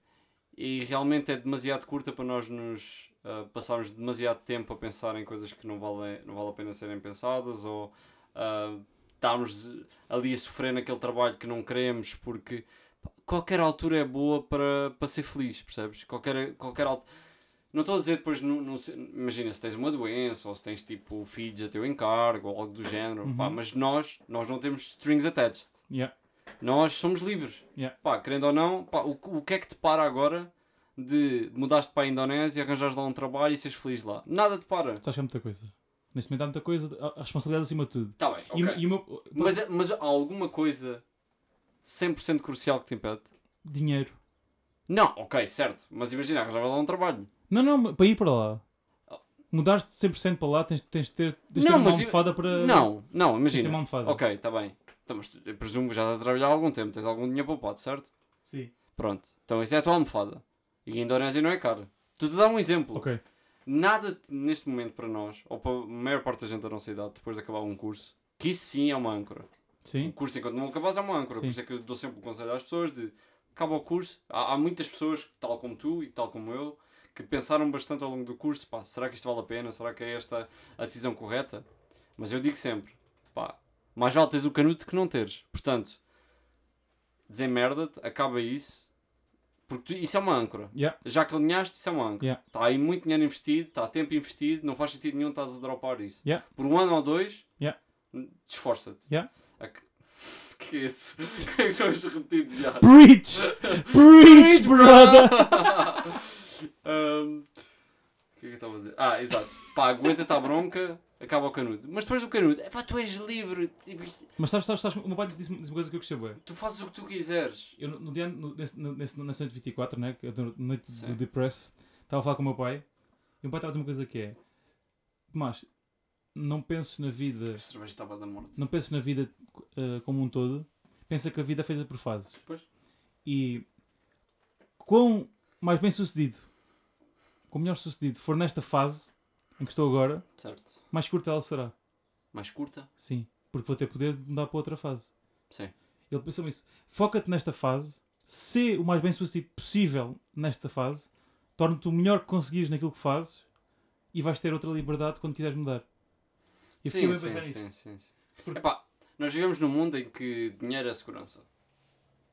Speaker 1: e realmente é demasiado curta para nós nos ah, passarmos demasiado tempo a pensar em coisas que não valem não vale a pena serem pensadas ou ah, estarmos ali a sofrer naquele trabalho que não queremos porque qualquer altura é boa para, para ser feliz, percebes? Qualquer, qualquer altura. Não estou a dizer depois, não, não sei- imagina se tens uma doença ou se tens tipo filhos a teu encargo ou algo do género,
Speaker 2: Uhum.
Speaker 1: pá, mas nós, nós não temos strings attached
Speaker 2: Yeah.
Speaker 1: nós somos livres.
Speaker 2: Yeah.
Speaker 1: Pá, querendo ou não, pá, o, o que é que te para agora de mudaste para a Indonésia, arranjares lá um trabalho e seres feliz lá? Nada te para.
Speaker 2: Tu achas que há muita coisa. Neste momento há muita coisa, a- a responsabilidade acima de tudo.
Speaker 1: Tá bem,
Speaker 2: E o-
Speaker 1: ok.
Speaker 2: E, o meu
Speaker 1: mas, é- mas há alguma coisa 100% crucial que te impede?
Speaker 2: dinheiro.
Speaker 1: Não, ok, certo. Mas imagina, arranjava lá um trabalho.
Speaker 2: Não, não, para ir para lá. Mudaste 100% para lá, tens, tens de ter, tens de ter
Speaker 1: Não,
Speaker 2: uma
Speaker 1: mas eu-
Speaker 2: almofada para.
Speaker 1: Não, não,
Speaker 2: tens de ter Eh,
Speaker 1: imagina.
Speaker 2: é uma almofada.
Speaker 1: Ok, está bem. Então, mas tu- eu presumo que já estás a trabalhar há algum tempo, tens algum dinheiro poupado, certo?
Speaker 2: Sim.
Speaker 1: Pronto. Então isso é a tua almofada. E a Indonésia não é cara. Tu te dá um exemplo.
Speaker 2: Ok.
Speaker 1: nada te- neste momento para nós, ou para a maior parte da gente da nossa idade, depois de acabar um curso, que isso sim é uma âncora. O
Speaker 2: Sim.
Speaker 1: curso enquanto não acabas é uma âncora. Por
Speaker 2: Sim.
Speaker 1: isso é que eu dou sempre o conselho às pessoas de acaba o curso. Há, há muitas pessoas, tal como tu e tal como eu, que pensaram bastante ao longo do curso, pá, será que isto vale a pena? Será que é esta a decisão correta? Mas eu digo sempre, pá, mais vale teres o canuto que não teres. Portanto, desemmerda-te, acaba isso, Porque tu- isso é uma âncora.
Speaker 2: Yeah.
Speaker 1: Já que alinhaste, isso é uma âncora.
Speaker 2: Yeah.
Speaker 1: Está aí muito dinheiro investido, está tempo investido, não faz sentido nenhum estás a dropar isso.
Speaker 2: Yeah.
Speaker 1: Por um ano ou dois,
Speaker 2: Yeah.
Speaker 1: esforça-te.
Speaker 2: Yeah.
Speaker 1: A que... que é isso? Quem são estes repetidos? Yeah.
Speaker 2: Preach! Preach, brother!
Speaker 1: Ahm, Um, O que é que eu estava a dizer? Ah, exato. Pá, aguenta-te à bronca, acaba o canudo. Mas depois do canudo, é pá, tu és livre, tipo, isto-
Speaker 2: Mas sabes, sabes, sabes, o meu pai disse, disse uma coisa que eu gostei bem.
Speaker 1: tu fazes o que tu quiseres.
Speaker 2: Eu, no, no dia, no, nesse, no- nesse, na noite 24, né, que eu- na noite
Speaker 1: Sim.
Speaker 2: do Depress, estava a falar com o meu pai e o meu pai estava a dizer uma coisa que é: Tomás, não penses na vida,
Speaker 1: A cerveja estava da morte.
Speaker 2: não penses na vida eh, como um todo, pensa que a vida é feita por fases.
Speaker 1: Pois.
Speaker 2: E quão mais bem sucedido, quão melhor sucedido for nesta fase em que estou agora,
Speaker 1: Certo.
Speaker 2: mais curta ela será.
Speaker 1: Mais curta?
Speaker 2: Sim, porque vou ter poder de mudar para outra fase.
Speaker 1: Sim.
Speaker 2: Ele pensou nisso. Foca-te nesta fase, sê o mais bem sucedido possível nesta fase, torna-te o melhor que conseguires naquilo que fazes e vais ter outra liberdade quando quiseres mudar. E fiquei
Speaker 1: Sim,
Speaker 2: bem a
Speaker 1: sim,
Speaker 2: pensar
Speaker 1: sim,
Speaker 2: nisso.
Speaker 1: sim, sim.
Speaker 2: Porque-
Speaker 1: Epá, nós vivemos num mundo em que dinheiro é segurança.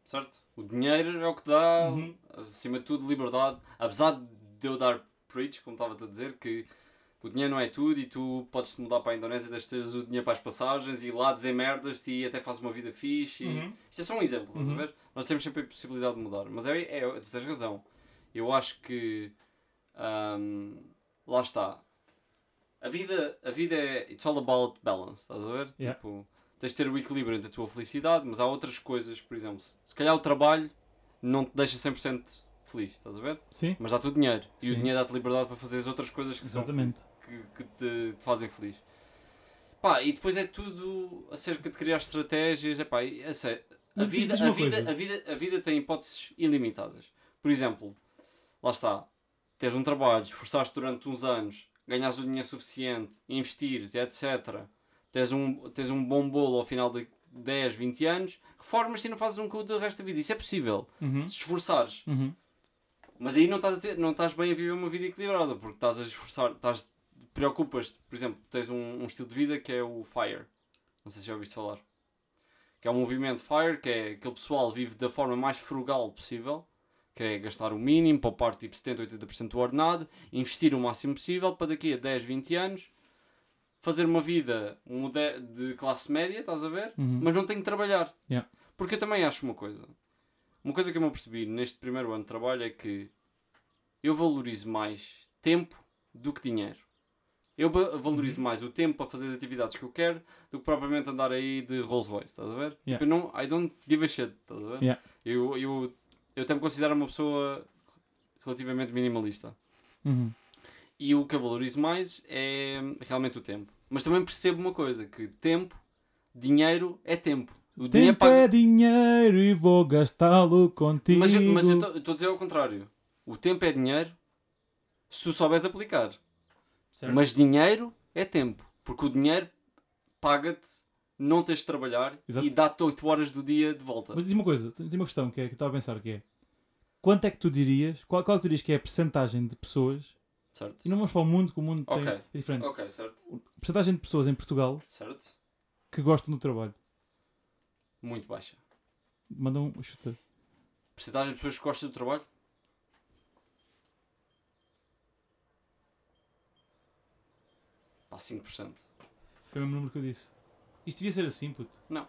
Speaker 1: Certo? O dinheiro é o que dá,
Speaker 2: Uhum.
Speaker 1: acima de tudo, liberdade. Apesar de eu dar preach, como estava-te a dizer, que o dinheiro não é tudo e tu podes-te mudar para a Indonésia, deixas o dinheiro para as passagens e lá dizer merdas e até fazes uma vida fixe. e-
Speaker 2: Uhum.
Speaker 1: Isto é só um exemplo, estás a
Speaker 2: Uhum.
Speaker 1: ver? Nós temos sempre a possibilidade de mudar. Mas é, é, tu tens razão. Eu acho que. ahm, lá está. A vida, a vida é. It's all about balance, estás a ver?
Speaker 2: Yeah.
Speaker 1: Tipo, tens de ter o equilíbrio entre a tua felicidade, mas há outras coisas, por exemplo, se- se calhar o trabalho não te deixa 100% feliz, estás a ver?
Speaker 2: Sim,
Speaker 1: Mas dá-te o dinheiro. E o
Speaker 2: Sim.
Speaker 1: dinheiro dá-te liberdade para fazer as outras coisas que são
Speaker 2: exatamente.
Speaker 1: que, que te, te fazem feliz. Pá, e depois é tudo acerca de criar estratégias. Epá, e, a, sé- a,
Speaker 2: Mas diz-
Speaker 1: vida,
Speaker 2: diz
Speaker 1: a,
Speaker 2: uma
Speaker 1: vida,
Speaker 2: coisa.
Speaker 1: a, vida, a vida tem hipóteses ilimitadas. Por exemplo, lá está, tens um trabalho, esforçaste durante uns anos, ganhas o dinheiro suficiente, investires, etc. Tens um, tens um bom bolo ao final de 10, 20 anos, reformas e não fazes um cu do resto da vida. Isso é possível,
Speaker 2: Uhum.
Speaker 1: se esforçares.
Speaker 2: Uhum.
Speaker 1: Mas aí não estás, a ter- não estás bem a viver uma vida equilibrada, porque estás a esforçar, estás, preocupas-te, por exemplo, tens um, um estilo de vida que é o FIRE, não sei se já ouviste falar, que é um movimento FIRE, que é aquele pessoal vive da forma mais frugal possível, que é gastar o mínimo, poupar tipo 70, 80% do ordenado, investir o máximo possível para daqui a 10, 20 anos fazer uma vida um de, de classe média, estás a ver?
Speaker 2: Uhum.
Speaker 1: Mas não tenho que trabalhar.
Speaker 2: Yeah.
Speaker 1: Porque eu também acho uma coisa. Uma coisa que eu me apercebi neste primeiro ano de trabalho é que eu valorizo mais tempo do que dinheiro. Eu ba- valorizo
Speaker 2: Uhum.
Speaker 1: mais o tempo para fazer as atividades que eu quero do que propriamente andar aí de Rolls Royce, estás a ver? Tipo,
Speaker 2: Yeah.
Speaker 1: eu não, I don't give a shit, estás a ver?
Speaker 2: Yeah.
Speaker 1: Eu, eu, eu até me considero uma pessoa relativamente minimalista.
Speaker 2: Uhum.
Speaker 1: E o que eu valorizo mais é realmente o tempo. Mas também percebo uma coisa, que tempo, dinheiro é tempo. O dinheiro
Speaker 2: Tempo
Speaker 1: paga...
Speaker 2: é dinheiro e vou gastá-lo contigo.
Speaker 1: Mas eu mas eu tô- eu estou a dizer ao contrário. O tempo é dinheiro se tu souberes aplicar.
Speaker 2: Certo.
Speaker 1: Mas dinheiro é tempo. Porque o dinheiro paga-te, não tens de trabalhar
Speaker 2: Exato.
Speaker 1: e dá-te 8 horas do dia de volta.
Speaker 2: Mas diz uma coisa, tem tem uma questão que, é, que eu estava a pensar que é quanto é que tu dirias, qual, qual é que tu dirias que é a percentagem de pessoas,
Speaker 1: Certo?
Speaker 2: e não vamos para o mundo, que o mundo tem,
Speaker 1: Ok.
Speaker 2: é diferente,
Speaker 1: Ok, certo.
Speaker 2: percentagem de pessoas em Portugal
Speaker 1: Certo?
Speaker 2: que gostam do trabalho.
Speaker 1: Muito baixa.
Speaker 2: Manda um chuta.
Speaker 1: Percentagem de pessoas que gostam do trabalho? Pá, 5%.
Speaker 2: Foi o mesmo número que eu disse. Isto devia ser assim, puto.
Speaker 1: Não.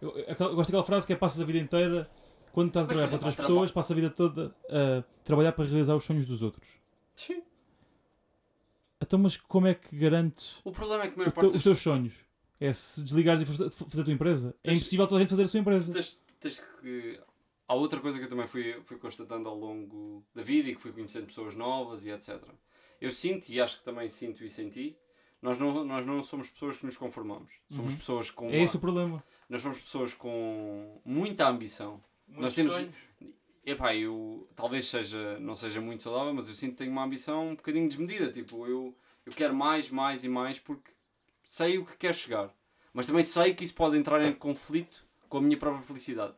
Speaker 2: Eu, eu- aquela- eu gosto daquela frase que é passas a vida inteira, quando estás a
Speaker 1: Mas,
Speaker 2: trabalhar
Speaker 1: por
Speaker 2: para outras
Speaker 1: exemplo,
Speaker 2: pessoas, passas a vida toda a trabalhar para realizar os sonhos dos outros.
Speaker 1: Sim.
Speaker 2: Então, mas como é que garantes
Speaker 1: O problema é que a
Speaker 2: o
Speaker 1: maior
Speaker 2: teu-
Speaker 1: parte
Speaker 2: os
Speaker 1: das
Speaker 2: teus sonhos? É se desligares e fores- fazer a tua empresa? É
Speaker 1: Tens-
Speaker 2: impossível toda a gente fazer a sua empresa.
Speaker 1: tens, tens que. Há outra coisa que eu também fui, fui constatando ao longo da vida e que fui conhecendo pessoas novas e etc. Eu sinto, e acho que também sinto e senti, nós não, nós não somos pessoas que nos conformamos. Somos
Speaker 2: Uhum.
Speaker 1: pessoas com.
Speaker 2: É esse o problema.
Speaker 1: Nós somos pessoas com muita ambição. Nós temos- sonhos. Epá, eu talvez seja, não seja muito saudável, mas eu sinto que tenho uma ambição um bocadinho desmedida. Tipo, eu, eu quero mais, mais e mais porque sei o que quero chegar. Mas também sei que isso pode entrar em conflito com a minha própria felicidade.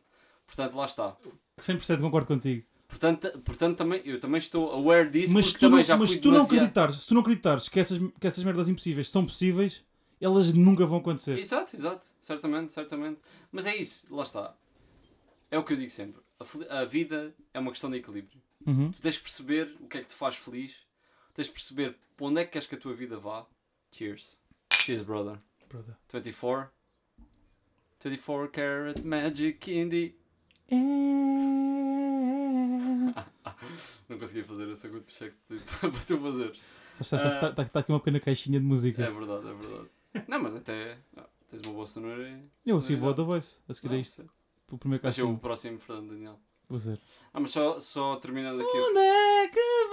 Speaker 1: Portanto, lá está.
Speaker 2: 100% concordo contigo.
Speaker 1: Portanto, portanto também, eu também estou aware disso
Speaker 2: mas
Speaker 1: porque
Speaker 2: tu,
Speaker 1: também
Speaker 2: não,
Speaker 1: já
Speaker 2: mas
Speaker 1: fui
Speaker 2: tu não
Speaker 1: demasiado-
Speaker 2: acreditares, se tu não acreditares que essas, que essas merdas impossíveis são possíveis, elas nunca vão acontecer.
Speaker 1: Exato, exato. Certamente, certamente. Mas é isso, lá está. É o que eu digo sempre. a, fel- a vida é uma questão de equilíbrio.
Speaker 2: Uhum.
Speaker 1: Tu tens que perceber o que é que te faz feliz, tens de perceber para onde é que queres que a tua vida vá. Cheers. Cheers, brother. 24. 24 Karat Magic Indie.
Speaker 2: É.
Speaker 1: Não consegui fazer essa good check de- para tu fazer.
Speaker 2: Está aqui uma pequena caixinha de música.
Speaker 1: É verdade, é verdade. Não, mas até. ah, tens uma boa sonora e.
Speaker 2: Eu assim vou
Speaker 1: Não.
Speaker 2: ao The Voice, a seguir a
Speaker 1: Não,
Speaker 2: isto.
Speaker 1: sim.
Speaker 2: O primeiro
Speaker 1: Vai ser o
Speaker 2: caixinho.
Speaker 1: próximo Fernando Daniel.
Speaker 2: Vou dizer.
Speaker 1: Ah, mas só, só terminando aqui.
Speaker 2: Onde é que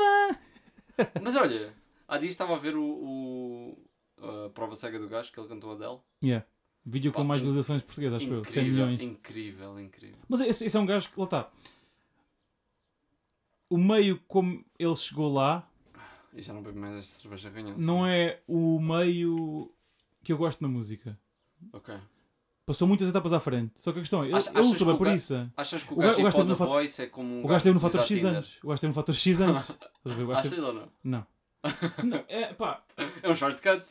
Speaker 2: vai?
Speaker 1: Mas olha, há dias estava a ver o. o- a prova cega do gajo que ele cantou a Adele.
Speaker 2: Yeah. Vídeo
Speaker 1: Pá,
Speaker 2: com mais
Speaker 1: in-
Speaker 2: visualizações portuguesas, acho eu. 100
Speaker 1: Incrível,
Speaker 2: milhões.
Speaker 1: incrível, incrível.
Speaker 2: Mas esse, esse é um gajo que, lá está. O meio como ele chegou lá
Speaker 1: E já não bebo mais esta cerveja ganhante.
Speaker 2: não é o meio que eu gosto na música.
Speaker 1: Ok.
Speaker 2: Passou muitas etapas à frente. Só que a questão é, ele,
Speaker 1: Achas-
Speaker 2: ele
Speaker 1: achas
Speaker 2: lutou bem
Speaker 1: que o
Speaker 2: por
Speaker 1: ga- um
Speaker 2: isso.
Speaker 1: Achas que o,
Speaker 2: O
Speaker 1: gajo,
Speaker 2: gajo- o gajo
Speaker 1: gajo
Speaker 2: teve
Speaker 1: da
Speaker 2: no fa-
Speaker 1: voice é como um
Speaker 2: O gajo teve no
Speaker 1: que
Speaker 2: fator
Speaker 1: utiliza
Speaker 2: X
Speaker 1: Tinder?
Speaker 2: anos. O gajo teve no fator X anos. Estás a ver? O gajo
Speaker 1: Achas
Speaker 2: teve-
Speaker 1: ou não?
Speaker 2: Não. Não, É, pá,
Speaker 1: É um shortcut.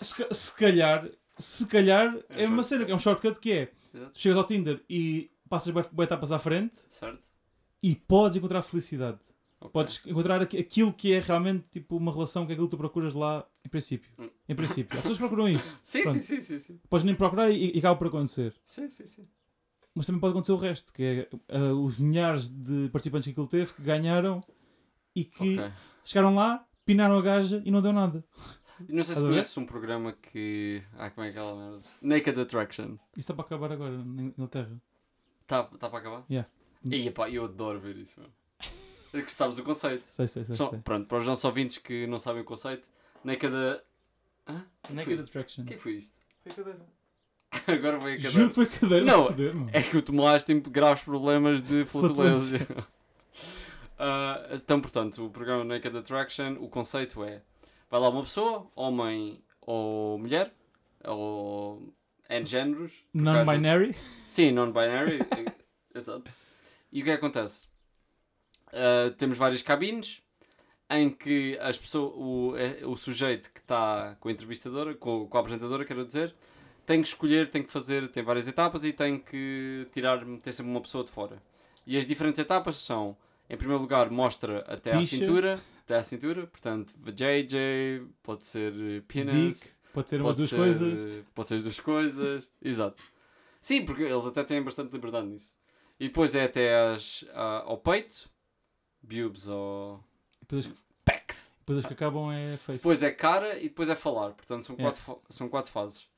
Speaker 2: se, ca- se calhar, se calhar
Speaker 1: É um
Speaker 2: é, uma cena, é um shortcut que é. Tu
Speaker 1: Exato.
Speaker 2: chegas ao Tinder e passas bué- bué etapas à frente
Speaker 1: Certo?
Speaker 2: e podes encontrar felicidade.
Speaker 1: Ok.
Speaker 2: Podes encontrar aqu- aquilo que é realmente tipo uma relação que é aquilo que tu procuras lá em princípio.
Speaker 1: Hum.
Speaker 2: Em princípio. As pessoas procuram isso.
Speaker 1: Sim, sim,
Speaker 2: Pronto.
Speaker 1: sim, sim, sim.
Speaker 2: Podes nem procurar e, e acaba por acontecer.
Speaker 1: Sim, sim, sim.
Speaker 2: Mas também pode acontecer o resto, que é ah, os milhares de participantes que aquilo teve que ganharam e que
Speaker 1: Ok.
Speaker 2: chegaram lá, pinaram a gaja e não deu nada.
Speaker 1: E Não sei se
Speaker 2: Estás a ver?
Speaker 1: conheces um programa que. Ah, como é que ela merda? Naked Attraction.
Speaker 2: Isso está é para acabar agora na Inglaterra.
Speaker 1: Está tá para acabar?
Speaker 2: Yeah.
Speaker 1: E epá, eu adoro ver isso, mano. É que sabes o conceito.
Speaker 2: Sei, sei, sei.
Speaker 1: Só-
Speaker 2: sei.
Speaker 1: pronto, para os nossos ouvintes que não sabem o conceito, Naked. a- Hã?
Speaker 2: Naked Attraction.
Speaker 1: O que é que foi isto?
Speaker 2: Foi cadeira.
Speaker 1: Agora veio a cadeira.
Speaker 2: Juro que foi cadeira.
Speaker 1: Não,
Speaker 2: Não, foder, mano.
Speaker 1: É que o Tomás tem graves problemas de flatulência. Ah, então, portanto, o programa Naked Attraction, o conceito é: vai lá uma pessoa, homem ou mulher, ou N géneros. porque às vezes-
Speaker 2: Non-binary.
Speaker 1: Sim, non-binary. eh, Exato. E o que é que acontece? Ah, temos várias cabines em que as pessoas, o, eh, o sujeito que está com a entrevistadora, com, com a apresentadora, quero dizer, tem que escolher, tem que fazer, tem várias etapas e tem que tirar, meter sempre uma pessoa de fora. E as diferentes etapas são, em primeiro lugar, mostra até à
Speaker 2: Picha.
Speaker 1: cintura, até à cintura, portanto, JJ, pode ser eh, penis,
Speaker 2: Dick. Pode ser umas duas
Speaker 1: ser,
Speaker 2: coisas.
Speaker 1: Pode ser as duas coisas. Exato. Sim, porque eles até têm bastante liberdade nisso. E depois é até às, à- ao peito, boobs ou
Speaker 2: Depois as,
Speaker 1: pecs.
Speaker 2: depois as que acabam é face.
Speaker 1: Depois é cara e depois é falar. Portanto, são,
Speaker 2: É.
Speaker 1: quatro, fa- são quatro fases.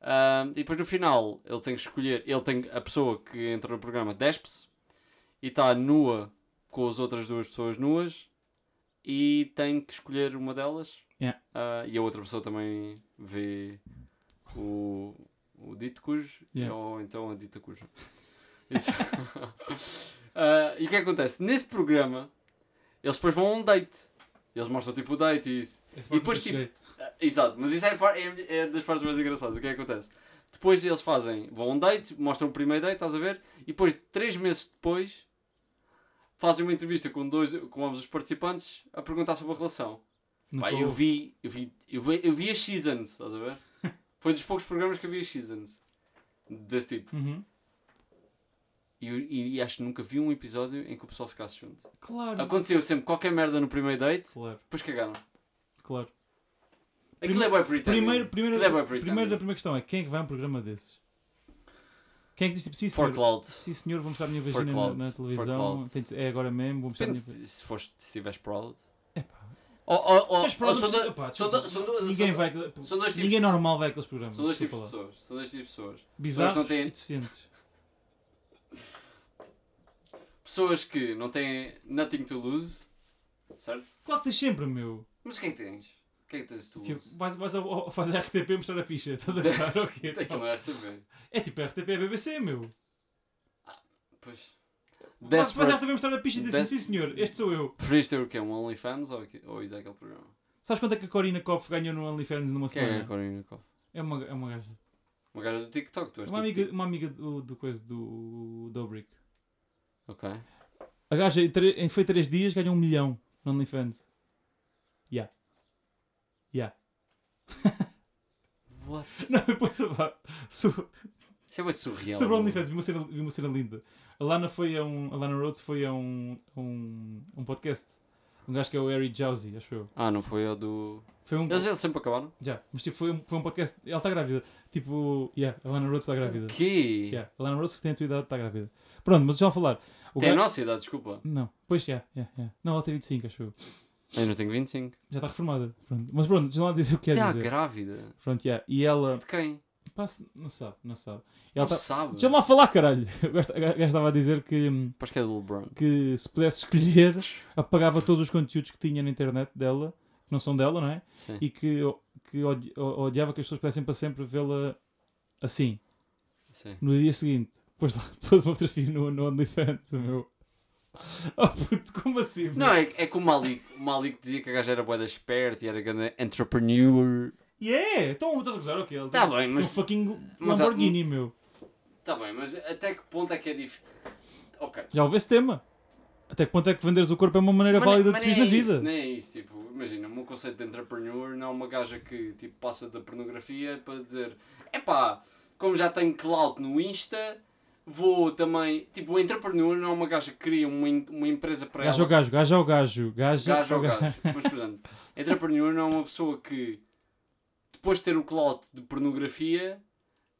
Speaker 1: Ahm, e depois no final, ele tem que escolher. Ele tem a pessoa que entrou no programa despe-se e está nua com as outras duas pessoas nuas e tem que escolher uma delas.
Speaker 2: Yeah.
Speaker 1: Ah, e a outra pessoa também vê o, o dito cujo
Speaker 2: Yeah.
Speaker 1: ou então a dita cuja. Isso. Ah, e o que é que acontece? Nesse programa, eles depois vão a um date. Eles mostram tipo o date e isso.
Speaker 2: Esse é
Speaker 1: e depois,
Speaker 2: parte eu cheguei.
Speaker 1: Ah, Exato, mas isso é, a par- é- é das partes mais engraçadas. O que é que acontece? Depois eles fazem, vão a um date, mostram o primeiro date, estás a ver? E depois, três meses depois, fazem uma entrevista com, dois, com ambos os participantes a perguntar sobre a relação. Pá,
Speaker 2: Nunca
Speaker 1: eu
Speaker 2: houve.
Speaker 1: vi, eu vi, eu vi, eu vi as seasons, estás a ver? Foi um dos poucos programas que eu vi as seasons desse tipo.
Speaker 2: Uhum.
Speaker 1: E, eu- e, e acho que nunca vi um episódio em que o pessoal ficasse junto.
Speaker 2: Claro.
Speaker 1: Aconteceu sempre qualquer merda no primeiro date,
Speaker 2: Claro,
Speaker 1: depois cagaram.
Speaker 2: claro.
Speaker 1: Aquilo é bem britânico.
Speaker 2: Primeiro, primeiro,
Speaker 1: Aquilo é bué
Speaker 2: primeiro,
Speaker 1: britânico.
Speaker 2: a primeira questão é quem é que vai a um programa desses? Quem é que diz tipo, sim senhor,
Speaker 1: Fork Loud.
Speaker 2: sim senhor, vou mostrar a minha
Speaker 1: For
Speaker 2: vagina na,
Speaker 1: clout.
Speaker 2: na
Speaker 1: For
Speaker 2: televisão,
Speaker 1: clout.
Speaker 2: Tem de- é agora mesmo, vou mostrar a
Speaker 1: Depende
Speaker 2: minha
Speaker 1: se, se foste, se estiveres proud.
Speaker 2: Epá.
Speaker 1: Oh, oh, oh,
Speaker 2: Se és proud,
Speaker 1: oh, são
Speaker 2: eu preciso-
Speaker 1: do-
Speaker 2: epá,
Speaker 1: são
Speaker 2: desculpa.
Speaker 1: do- são do-
Speaker 2: Ninguém
Speaker 1: são-
Speaker 2: vai.
Speaker 1: são dois tipos-
Speaker 2: Ninguém é normal vai aqueles programas.
Speaker 1: São dois
Speaker 2: desculpa
Speaker 1: tipos de
Speaker 2: lá.
Speaker 1: pessoas. São dois tipos de pessoas.
Speaker 2: Bizarros
Speaker 1: Pessoas não têm-
Speaker 2: e deficientes.
Speaker 1: Pessoas que não têm nothing to lose, certo?
Speaker 2: Claro que tens sempre, meu.
Speaker 1: Mas o que é que tens? O que é que tens tu
Speaker 2: Que
Speaker 1: lose?
Speaker 2: vais, vais ao, ao- faz a RTP mostrar a picha. Estás a gozar ou quê?
Speaker 1: Tem que não é também.
Speaker 2: É tipo RTP é BBC, meu.
Speaker 1: Pois.
Speaker 2: Vais, vais à
Speaker 1: Desperate.
Speaker 2: RTP mostrar a picha e dizes
Speaker 1: Desperate-
Speaker 2: sim senhor, este sou eu.
Speaker 1: Por isto é o quê? Um OnlyFans ou, que- ou isso é aquele programa?
Speaker 2: Sabes quanto é que a Corina Kopf ganhou no OnlyFans numa
Speaker 1: Quem é a
Speaker 2: semana?
Speaker 1: Corina Koff?
Speaker 2: É uma, é uma gaja.
Speaker 1: Uma gaja do TikTok, tu és tipo
Speaker 2: Uma
Speaker 1: do
Speaker 2: amiga,
Speaker 1: Tik-
Speaker 2: uma amiga do, do coisa do Dobrik.
Speaker 1: Ok.
Speaker 2: A gaja em tre- em- foi 3 dias ganhou um milhão no OnlyFans. Yeah. Yeah.
Speaker 1: What?
Speaker 2: Não, depois vá. So-
Speaker 1: Isso é bem surreal.
Speaker 2: Sobre o
Speaker 1: mano. é
Speaker 2: OnlyFans, vi uma cena, vi uma cena linda. A Lana foi a um. A Lana Rhodes foi a um. a um, um podcast. Um gajo que é o Harry Jowsey, acho eu.
Speaker 1: Ah, não foi a do.
Speaker 2: Foi um.
Speaker 1: Eles já sempre acabaram?
Speaker 2: Já. Mas tipo, foi um, foi um podcast. Ela está grávida. Tipo, yeah, a Lana Rhodes está grávida.
Speaker 1: Que?
Speaker 2: Yeah, a Lana Rhodes que tem a tua idade está grávida. Pronto, mas deixa-me falar. O
Speaker 1: Tem a
Speaker 2: gajo-
Speaker 1: nossa idade, desculpa.
Speaker 2: Não, pois já, yeah, yeah. Não, ela tem 25, acho eu.
Speaker 1: Eu não tenho 25.
Speaker 2: Já está reformada. Pronto. Mas pronto, deixa-me lá dizer o que é
Speaker 1: Está
Speaker 2: dizer.
Speaker 1: Tá grávida.
Speaker 2: Pronto, yeah. E ela.
Speaker 1: De quem?
Speaker 2: Pá, se- não sabe, não sabe. E
Speaker 1: Não
Speaker 2: ela tá...
Speaker 1: sabe.
Speaker 2: Deixa-me lá falar, caralho. O gajo- o gajo estava a dizer que. hum,
Speaker 1: Acho que é do LeBron.
Speaker 2: que se pudesse escolher, apagava todos os conteúdos que tinha na internet dela, que não são dela, não é?
Speaker 1: Sim.
Speaker 2: E que, que odi- o- odiava que as pessoas pudessem para sempre vê-la assim.
Speaker 1: Sim.
Speaker 2: No dia seguinte, pôs, lá, pôs uma fotografia no, no OnlyFans, meu. Oh puto, como assim? meu?
Speaker 1: Não, é, é que o Malik, o Malik dizia que a gaja era boeda esperta e era grande entrepreneur.
Speaker 2: E é, então estás a gozar o quê? Ele
Speaker 1: Tá
Speaker 2: tem
Speaker 1: bem,
Speaker 2: um
Speaker 1: mas.
Speaker 2: fucking
Speaker 1: mas há- um
Speaker 2: Lamborghini, meu.
Speaker 1: Tá bem, mas até que ponto é que é difícil. Ok.
Speaker 2: Já houve esse tema. Até que ponto é que venderes o corpo é uma maneira válida de
Speaker 1: mas
Speaker 2: subir
Speaker 1: nem
Speaker 2: na
Speaker 1: é isso,
Speaker 2: vida?
Speaker 1: nem é isso, tipo, imagina, o meu conceito de entrepreneur não é uma gaja que tipo, passa da pornografia para dizer epá, como já tenho clout no Insta, vou também. Tipo, o entrepreneur não é uma gaja que cria uma, em- uma empresa para
Speaker 2: Gajo ao
Speaker 1: ela.
Speaker 2: gajo, gajo ao gajo, gajo
Speaker 1: Gajo
Speaker 2: ao
Speaker 1: ou
Speaker 2: gajo.
Speaker 1: gajo. Mas portanto, entrepreneur não é uma pessoa que depois de ter o clout de pornografia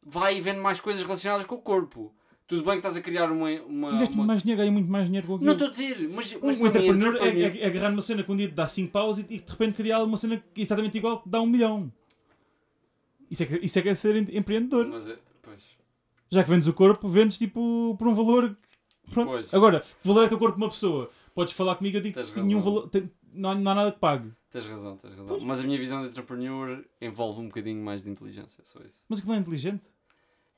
Speaker 1: vai e vende mais coisas relacionadas com o corpo. Tudo bem que estás a criar uma. uma,
Speaker 2: Investe
Speaker 1: uma-
Speaker 2: muito mais dinheiro, ganha muito mais dinheiro com aquilo.
Speaker 1: Não estou a dizer, mas, mas
Speaker 2: um
Speaker 1: para mim,
Speaker 2: entrepreneur é, é- é agarrar numa cena que um dia te dá 5 paus e, e de repente criar uma cena que- exatamente igual que dá um milhão. Isso é, que, isso é que é ser em- empreendedor.
Speaker 1: Mas, é- pois.
Speaker 2: Já que vendes o corpo, vendes tipo por um valor. que- Pronto.
Speaker 1: Pois.
Speaker 2: Agora, que valor é o teu corpo de uma pessoa? Podes falar comigo, eu digo
Speaker 1: Tens
Speaker 2: que nenhum
Speaker 1: razão.
Speaker 2: valor. tem- não, há, não há nada que pague.
Speaker 1: Tens razão, tens razão. Mas a minha visão de entrepreneur envolve um bocadinho mais de inteligência, é só isso.
Speaker 2: Mas aquilo não é inteligente.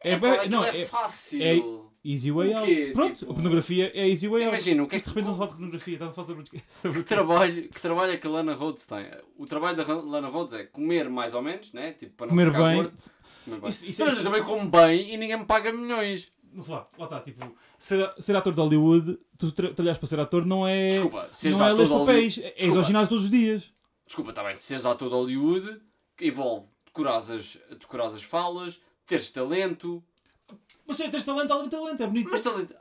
Speaker 2: É,
Speaker 1: Epá,
Speaker 2: bem-
Speaker 1: aquilo
Speaker 2: não,
Speaker 1: é,
Speaker 2: é
Speaker 1: fácil.
Speaker 2: é- easy way
Speaker 1: O
Speaker 2: out.
Speaker 1: quê?
Speaker 2: Pronto,
Speaker 1: Tipo-
Speaker 2: a pornografia é easy way out.
Speaker 1: Imagina, o que é
Speaker 2: Mas
Speaker 1: que,
Speaker 2: de repente não se fala de pornografia, estás a falar sobre o que- sobre o
Speaker 1: que
Speaker 2: que-
Speaker 1: trabalho, que trabalho é que a Lana Rhodes tem? O trabalho da Ra- Lana Rhodes é comer mais ou menos, né? Tipo, para não
Speaker 2: Comer
Speaker 1: ficar
Speaker 2: bem.
Speaker 1: gordo. Comer bem.
Speaker 2: Isso- isso- é
Speaker 1: Mas
Speaker 2: isso-
Speaker 1: eu também como bem e ninguém me paga milhões.
Speaker 2: Vamos lá, lá está, tipo, ser, ser ator de Hollywood, tu tra trabalhas para ser ator não é.
Speaker 1: Desculpa, seres
Speaker 2: não é
Speaker 1: ator
Speaker 2: ler
Speaker 1: de Hollywood.
Speaker 2: papéis, é ir
Speaker 1: Desculpa.
Speaker 2: ao ginásio todos os dias.
Speaker 1: Desculpa, está bem, seres ator de Hollywood, que envolve decorares as, decorares as falas, teres talento.
Speaker 2: Mas se tens talento, alguém talento, é bonito.
Speaker 1: Mas talento.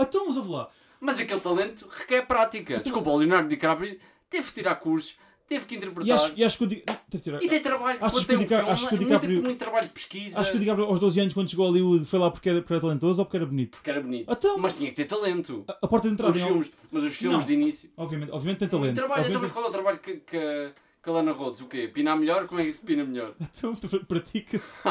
Speaker 2: Então, mas ouve lá.
Speaker 1: Mas aquele talento requer
Speaker 2: Então-
Speaker 1: prática. Desculpa, o Leonardo DiCaprio teve que tirar cursos, teve que interpretar.
Speaker 2: E
Speaker 1: E,
Speaker 2: acho, e acho que o Di- Deve tirar-
Speaker 1: tem trabalho.
Speaker 2: Acho
Speaker 1: Quando
Speaker 2: que
Speaker 1: tem
Speaker 2: o
Speaker 1: um
Speaker 2: Dica-
Speaker 1: filme,
Speaker 2: acho que o
Speaker 1: é muito-
Speaker 2: DiCaprio-
Speaker 1: muito, trabalho de pesquisa.
Speaker 2: acho que o DiCaprio aos 12 anos, quando chegou a Hollywood, foi lá porque era, porque era talentoso ou porque era bonito.
Speaker 1: Porque era bonito.
Speaker 2: Então-
Speaker 1: Mas tinha que ter talento.
Speaker 2: A, a porta de entrada,
Speaker 1: Os
Speaker 2: em-
Speaker 1: filmes, mas os filmes
Speaker 2: Não.
Speaker 1: de início.
Speaker 2: obviamente, obviamente tem talento.
Speaker 1: Trabalho, então, mas
Speaker 2: obviamente,
Speaker 1: qual é o trabalho que, que, que a Lana Rhodes? O quê? Pinar melhor? Como é que se pina melhor?
Speaker 2: então tu pratica-se.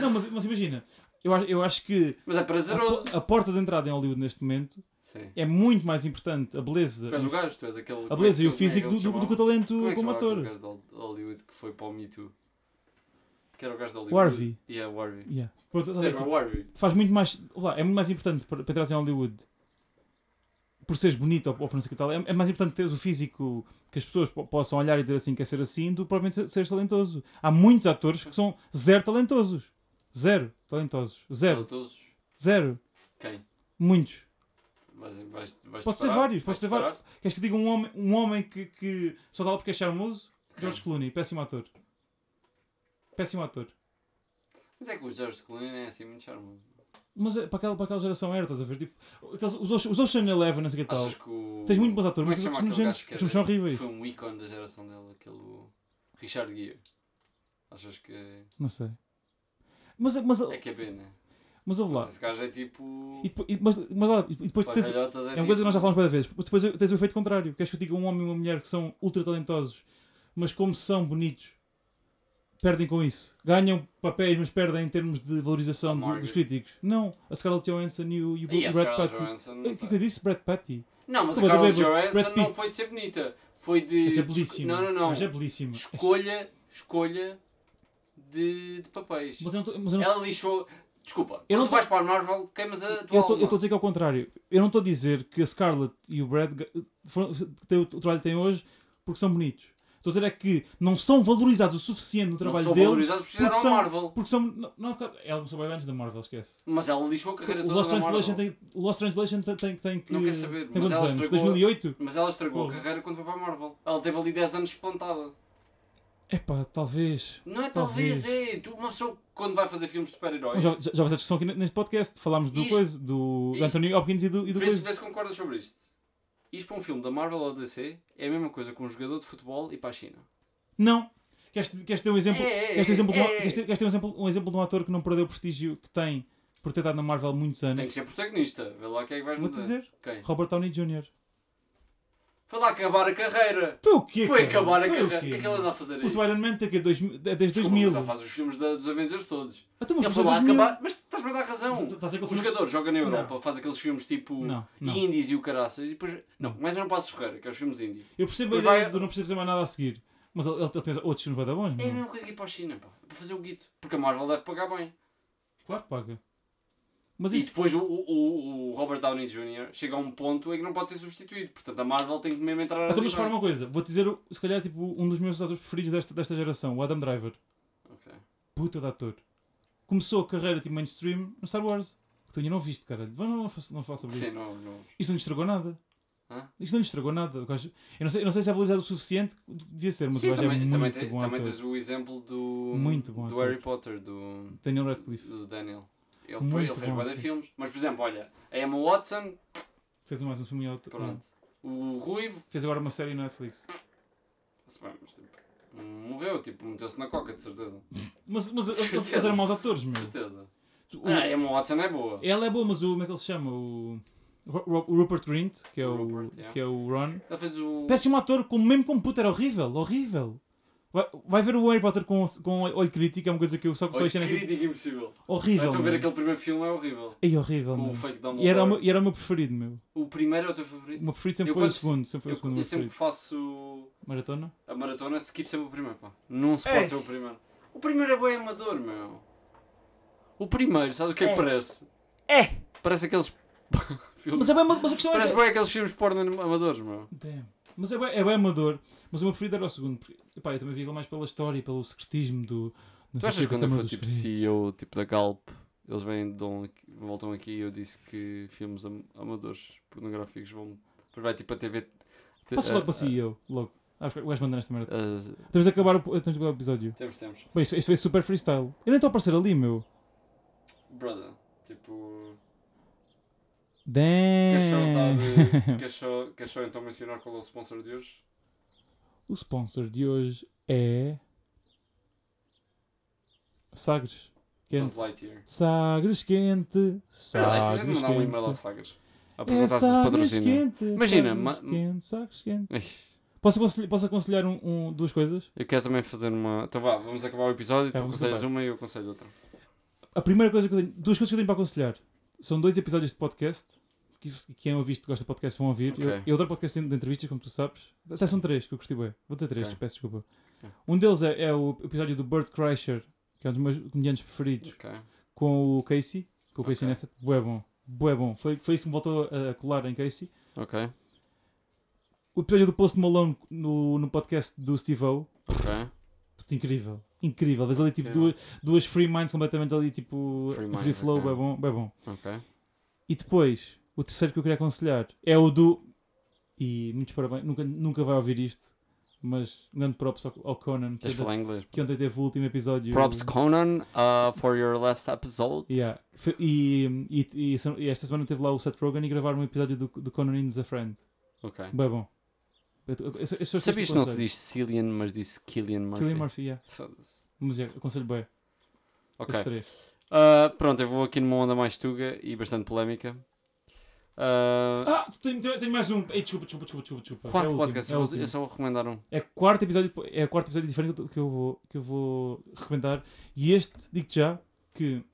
Speaker 2: não, mas, mas imagina, eu, acho- eu acho que
Speaker 1: Mas é
Speaker 2: a,
Speaker 1: prazeroso.
Speaker 2: po- a porta de entrada em Hollywood neste momento
Speaker 1: Sim.
Speaker 2: é muito mais importante a beleza,
Speaker 1: Tu és o gajo, tu és aquele.
Speaker 2: a
Speaker 1: como é
Speaker 2: beleza
Speaker 1: que-
Speaker 2: e o
Speaker 1: como é que
Speaker 2: físico
Speaker 1: ele
Speaker 2: do,
Speaker 1: se
Speaker 2: do, do
Speaker 1: chamava?
Speaker 2: que o talento
Speaker 1: Como é que se
Speaker 2: como
Speaker 1: chamava aquele
Speaker 2: ator.
Speaker 1: gajo de Hol- Hollywood que foi para o Me Too? Que era o gajo de Hollywood.
Speaker 2: O Harvey.
Speaker 1: Yeah, o Harvey.
Speaker 2: Yeah. Pronto, estás a ver,
Speaker 1: Dizer,
Speaker 2: tipo,
Speaker 1: o Harvey.
Speaker 2: faz muito mais. Lá, é muito mais importante para, para entrar em Hollywood por seres bonito ou, ou por não sei o que tal. É, é mais importante teres o físico que as pessoas po- possam olhar e dizer assim, quer ser assim, do que provavelmente ser- seres talentoso. Há muitos atores que são zero talentosos. Zero talentosos. Zero.
Speaker 1: Todos.
Speaker 2: Zero.
Speaker 1: Quem?
Speaker 2: Muitos.
Speaker 1: Vais, vais, vais
Speaker 2: Posso
Speaker 1: ter
Speaker 2: dizer vários, posso dizer vários.
Speaker 1: vários.
Speaker 2: Queres que diga um homem, um homem que, que só dá lá porque é charmoso? George Clooney, péssimo ator. Péssimo ator.
Speaker 1: Mas é que o George Clooney não é assim muito charmoso.
Speaker 2: Mas é para aquela, para aquela geração era, estás a ver? Tipo, aqueles, os Ocean- os Ocean Eleven, não sei o que tal.
Speaker 1: Achas que o...
Speaker 2: Então, Tens muito bons
Speaker 1: Como é
Speaker 2: atores, mas
Speaker 1: que se
Speaker 2: eles
Speaker 1: chama
Speaker 2: são
Speaker 1: aquele
Speaker 2: nojentos.
Speaker 1: gajo que
Speaker 2: Os
Speaker 1: era-
Speaker 2: filmes são horríveis.
Speaker 1: Foi um ícone da geração dele, aquele... Richard Gere. Achas que é...
Speaker 2: Não sei. Mas, mas,
Speaker 1: É que é pena.
Speaker 2: mas ouve lá.
Speaker 1: Mas esse gajo é tipo...
Speaker 2: E depois, e- mas, mas lá, e depois tu tens,
Speaker 1: Pagalhotas é,
Speaker 2: é uma coisa que nós já falamos várias vezes. Depois tens o efeito contrário. Queres que eu diga um homem e uma mulher que são ultra talentosos, mas como são bonitos, perdem com isso. Ganham papéis, mas perdem em termos de valorização
Speaker 1: A
Speaker 2: do- dos
Speaker 1: Margaret.
Speaker 2: tipo,
Speaker 1: é
Speaker 2: É, Eh, é é é é Epá, talvez.
Speaker 1: Não é
Speaker 2: Talvez.
Speaker 1: talvez, é. Tu, uma pessoa quando vai fazer filmes de super-heróis,
Speaker 2: Já, já já houve essa discussão aqui neste podcast. Falámos do
Speaker 1: Isto-
Speaker 2: coisa, do
Speaker 1: isto-
Speaker 2: Anthony Hopkins e do, e do
Speaker 1: vê, se-
Speaker 2: coisa.
Speaker 1: vê se concordas sobre isto. Isto para um filme da Marvel ou da DC é a mesma coisa que um jogador de futebol e para a China.
Speaker 2: Não. Queres, queres ter um exemplo?
Speaker 1: É, é,
Speaker 2: Queres ter, um exemplo de um-
Speaker 1: é.
Speaker 2: queres ter- queres ter um, exemplo, um exemplo de um ator que não perdeu o prestígio que tem por ter estado na Marvel muitos
Speaker 1: Tem
Speaker 2: anos?
Speaker 1: que ser protagonista. Vê lá quem é que vais
Speaker 2: Vou-te
Speaker 1: dizer.
Speaker 2: dizer. Robert Downey Jr.
Speaker 1: Foi lá acabar a carreira.
Speaker 2: Tu o quê?
Speaker 1: Foi
Speaker 2: cara?
Speaker 1: acabar a
Speaker 2: Foi o
Speaker 1: carreira. O que é
Speaker 2: quê?
Speaker 1: que ele anda a fazer aí?
Speaker 2: O do Iron Man tem que é desde
Speaker 1: Desculpa,
Speaker 2: 2000.
Speaker 1: mas Ele faz os filmes da- dos Avengers todos.
Speaker 2: Ah, tu mas
Speaker 1: Ele
Speaker 2: foi
Speaker 1: foi lá
Speaker 2: 2000.
Speaker 1: acabar. Mas estás bem a dar razão.
Speaker 2: Tu- Estás a dizer que
Speaker 1: O
Speaker 2: ele foi-
Speaker 1: jogador joga na Europa,
Speaker 2: Não.
Speaker 1: faz aqueles filmes tipo
Speaker 2: Não, não.
Speaker 1: indies e o caraças. E depois. Não, mas eu não passo Ferreira, que é os filmes indie.
Speaker 2: Eu percebo a
Speaker 1: Pois
Speaker 2: ideia
Speaker 1: vai-
Speaker 2: do não preciso fazer mais nada a seguir. Mas ele, ele tem outros filmes bada bons,
Speaker 1: É a
Speaker 2: meu.
Speaker 1: mesma coisa que ir para a China, pá. Para fazer o guito. Porque a Marvel deve pagar bem.
Speaker 2: Claro que paga. Mas
Speaker 1: E
Speaker 2: isso.
Speaker 1: depois o, o, o Robert Downey Jr. chega a um ponto em que não pode ser substituído. Portanto, a Marvel tem que mesmo entrar
Speaker 2: Ah,
Speaker 1: ali
Speaker 2: Então, mas
Speaker 1: bem.
Speaker 2: para uma coisa, vou-te dizer, o- se calhar, tipo, um dos meus atores preferidos desta, desta geração, o Adam Driver.
Speaker 1: Ok.
Speaker 2: Puta de ator. Começou a carreira tipo mainstream no Star Wars. Que tu ainda não viste, caralho. Vamos não, fa- não falar sobre
Speaker 1: Sim,
Speaker 2: isso.
Speaker 1: não, não.
Speaker 2: Isto não lhe estragou nada.
Speaker 1: Hã?
Speaker 2: Isto não lhe estragou nada. Eu, acho- eu não sei, eu não sei se é valorizado o suficiente. Devia ser, mas o
Speaker 1: Sim,
Speaker 2: gajo é
Speaker 1: também,
Speaker 2: muito
Speaker 1: também, te-
Speaker 2: bom
Speaker 1: também
Speaker 2: ator.
Speaker 1: tens o exemplo do,
Speaker 2: Muito bom
Speaker 1: do
Speaker 2: ator.
Speaker 1: Harry Potter, do,
Speaker 2: Daniel Radcliffe.
Speaker 1: do Daniel. Ele,
Speaker 2: Muito
Speaker 1: ele fez
Speaker 2: bom
Speaker 1: bué de
Speaker 2: ator.
Speaker 1: filmes. Mas, por exemplo, olha, a Emma Watson,
Speaker 2: Fez mais um filme e outro. não.
Speaker 1: pronto. O Ruivo,
Speaker 2: Fez agora uma série na Netflix.
Speaker 1: se bem, mas, tipo, morreu, tipo, meteu-se na coca, de certeza.
Speaker 2: Hum. Mas, mas eles- eles
Speaker 1: Certeza.
Speaker 2: eram maus atores,
Speaker 1: De
Speaker 2: meu.
Speaker 1: certeza.
Speaker 2: Tu- o-
Speaker 1: Ah, a Emma Watson é boa.
Speaker 2: Ela é boa, mas o, como é que ele se chama? O, Ro- Ro- o Rupert Grint, que é o,
Speaker 1: Rupert, yeah.
Speaker 2: que é o Ron.
Speaker 1: Ela fez o.
Speaker 2: Péssimo ator, com, mesmo com puta, era horrível, horrível. Vai, vai ver o Harry Potter com, com olho crítico, é uma coisa que eu só só
Speaker 1: Olha,
Speaker 2: achei naquele...
Speaker 1: crítico impossível.
Speaker 2: Horrível.
Speaker 1: Estou a Ah, ver
Speaker 2: meu.
Speaker 1: aquele primeiro filme, é horrível.
Speaker 2: Ei, horrível,
Speaker 1: Com
Speaker 2: meu.
Speaker 1: o fake
Speaker 2: E era, o
Speaker 1: Dumbledore.
Speaker 2: meu, e era o meu preferido, meu.
Speaker 1: O primeiro é o teu favorito?
Speaker 2: O meu preferido sempre
Speaker 1: Eu
Speaker 2: foi o
Speaker 1: quando-
Speaker 2: segundo. Sempre foi
Speaker 1: Eu,
Speaker 2: o segundo, o
Speaker 1: eu
Speaker 2: meu
Speaker 1: sempre
Speaker 2: preferido.
Speaker 1: que faço
Speaker 2: Maratona?
Speaker 1: a maratona, skip sempre o primeiro, pá. Não se
Speaker 2: Ei.
Speaker 1: pode ser o primeiro. O primeiro é bem amador, meu. O primeiro, sabes o que é
Speaker 2: É.
Speaker 1: que parece?
Speaker 2: É!
Speaker 1: Parece aqueles filmes.
Speaker 2: Mas, é bem, mas a questão é...
Speaker 1: Parece bem aqueles filmes porno anim- amadores, meu.
Speaker 2: Damn. Mas é bem, é bem amador. Mas o meu preferido era o segundo. Porque, epá, eu também vi ele mais pela história e pelo secretismo do...
Speaker 1: Tu
Speaker 2: não sei o
Speaker 1: achas
Speaker 2: quê,
Speaker 1: que
Speaker 2: da
Speaker 1: quando eu
Speaker 2: Câmara
Speaker 1: for
Speaker 2: dos
Speaker 1: tipo
Speaker 2: Segredos.
Speaker 1: CEO tipo da Galp, eles vêm, dão aqui- voltam aqui e eu disse que filmes am- amadores pornográficos vão. Depois vai tipo a TV. te-
Speaker 2: Passa
Speaker 1: a-
Speaker 2: logo para CEO, logo. Acho que o gajo manda nesta merda.
Speaker 1: a-
Speaker 2: Temos de acabar o, temos de acabar o episódio.
Speaker 1: Temos, temos.
Speaker 2: Bem, isto, isto foi super freestyle. Eu nem estou a aparecer ali, meu.
Speaker 1: Brother, tipo. Queres só dar-
Speaker 2: Damn.
Speaker 1: queres só- queres só então mencionar qual é o sponsor de hoje?
Speaker 2: O sponsor de hoje é. Sagres.
Speaker 1: Buzz
Speaker 2: Quente.
Speaker 1: Lightyear.
Speaker 2: Sagres quente.
Speaker 1: Espera lá, e se a gente
Speaker 2: Sagres
Speaker 1: mandar um e-mail ao
Speaker 2: quente.
Speaker 1: Sagas a
Speaker 2: É
Speaker 1: perguntar se
Speaker 2: sagres
Speaker 1: patrocina.
Speaker 2: quente.
Speaker 1: Imagina,
Speaker 2: sagres
Speaker 1: ma-
Speaker 2: quente, sagres quente.
Speaker 1: Ixi,
Speaker 2: Posso aconselhar, posso aconselhar um, um- duas coisas?
Speaker 1: Eu quero também fazer uma. Então vá, vamos acabar o episódio. Tu
Speaker 2: Então vamos
Speaker 1: aconselhas
Speaker 2: acabar.
Speaker 1: uma e eu aconselho outra.
Speaker 2: A primeira coisa que eu tenho. Duas coisas que eu tenho para aconselhar. São dois episódios de podcast. Que que quem ouviste que gosta de podcast vão ouvir. Eu,
Speaker 1: Ok.
Speaker 2: eu adoro podcast de de entrevistas, como tu sabes. Até são três que eu gostei bem. Vou dizer três,
Speaker 1: Ok.
Speaker 2: peço desculpa.
Speaker 1: Ok.
Speaker 2: Um deles é, é o episódio do Bert Kreischer, que é um dos meus comediantes preferidos,
Speaker 1: Ok.
Speaker 2: com o Casey, com o Casey
Speaker 1: Ok.
Speaker 2: Neistat. Bué bom, bué bom. Foi, foi isso que me voltou a, a colar em Casey.
Speaker 1: Ok.
Speaker 2: O episódio do Post Malone no, no podcast do Steve O.
Speaker 1: Ok.
Speaker 2: Puta, Incrível, incrível. Vês ali tipo
Speaker 1: Incrível.
Speaker 2: duas, duas free minds completamente ali, tipo
Speaker 1: Free
Speaker 2: free,
Speaker 1: minds,
Speaker 2: flow,
Speaker 1: ok.
Speaker 2: bué bom, bué bom.
Speaker 1: Ok.
Speaker 2: E depois, o terceiro que eu queria aconselhar é o do. E muitos parabéns, nunca, nunca vai ouvir isto, mas um grande props ao, ao Conan, que,
Speaker 1: Queres
Speaker 2: ontem,
Speaker 1: falar inglês? pá?
Speaker 2: que ontem teve o último episódio.
Speaker 1: Props Conan uh, for your last episode.
Speaker 2: Yeah. Que foi- E, e, e, essa- e esta semana teve lá o Seth Rogen e gravaram um episódio do, do Conan in the Friend.
Speaker 1: Ok.
Speaker 2: Bem bom. Eu- eu- eu- eu- eu- eu-
Speaker 1: Sabias que não se diz Cillian, mas diz Killian Murphy?
Speaker 2: Cillian Murphy, yeah.
Speaker 1: Foda-se.
Speaker 2: Mas yeah, aconselho bem.
Speaker 1: Ok.
Speaker 2: Esses três.
Speaker 1: Uh, pronto, eu vou aqui numa onda mais tuga e bastante polémica. Uh,
Speaker 2: Ah, tenho, tenho- tenho mais um. Ei, desculpa, desculpa, desculpa, desculpa. desculpa.
Speaker 1: quatro
Speaker 2: é o último,
Speaker 1: podcasts.
Speaker 2: é o
Speaker 1: eu vou-
Speaker 2: último.
Speaker 1: eu só vou recomendar um.
Speaker 2: É o quarto episódio, é o quarto episódio diferente que eu- que eu vou, que eu vou recomendar. E este, digo-te já, que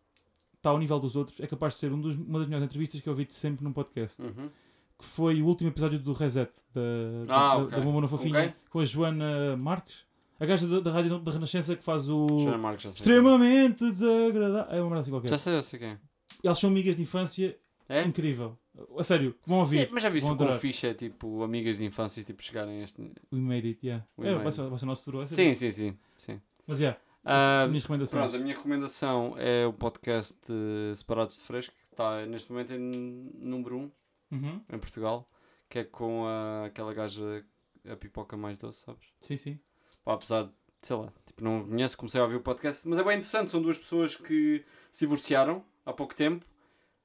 Speaker 2: está ao nível dos outros, é capaz de ser um dos- uma das melhores entrevistas que eu ouvi de sempre num podcast.
Speaker 1: Uhum.
Speaker 2: Que foi o último episódio do Reset, da, da,
Speaker 1: Ah,
Speaker 2: da-
Speaker 1: ok.
Speaker 2: da Bomba na Fofinha,
Speaker 1: Ok.
Speaker 2: com a Joana Marques, a gaja da, da Rádio da Renascença que faz o.
Speaker 1: Joana Marques, já sei.
Speaker 2: Extremamente desagradável. É uma merda assim qualquer.
Speaker 1: Já sei, já sei quem. é.
Speaker 2: E Elas são amigas de infância,
Speaker 1: É?
Speaker 2: incrível. A sério, que vão
Speaker 1: É,
Speaker 2: ouvir.
Speaker 1: mas já viste
Speaker 2: Vão
Speaker 1: o quão
Speaker 2: adorar.
Speaker 1: fixe é tipo amigas de infância tipo chegarem a este.
Speaker 2: We made it, yeah.
Speaker 1: We
Speaker 2: É,
Speaker 1: made
Speaker 2: vai,
Speaker 1: it.
Speaker 2: ser, vai ser o nosso futuro. vai ser
Speaker 1: Sim,
Speaker 2: isso.
Speaker 1: sim, sim. sim.
Speaker 2: Mas yeah,
Speaker 1: Ah,
Speaker 2: as minhas recomendações.
Speaker 1: pronto, a minha recomendação é o podcast eh, Separados de Fresco, que está neste momento em número 1
Speaker 2: Uhum.
Speaker 1: em Portugal, que é com a- aquela gaja, a pipoca mais doce, sabes?
Speaker 2: Sim, sim.
Speaker 1: Pá, apesar de sei lá, tipo, não conheço, comecei a ouvir o podcast, mas é bem interessante, são duas pessoas que se divorciaram há pouco tempo,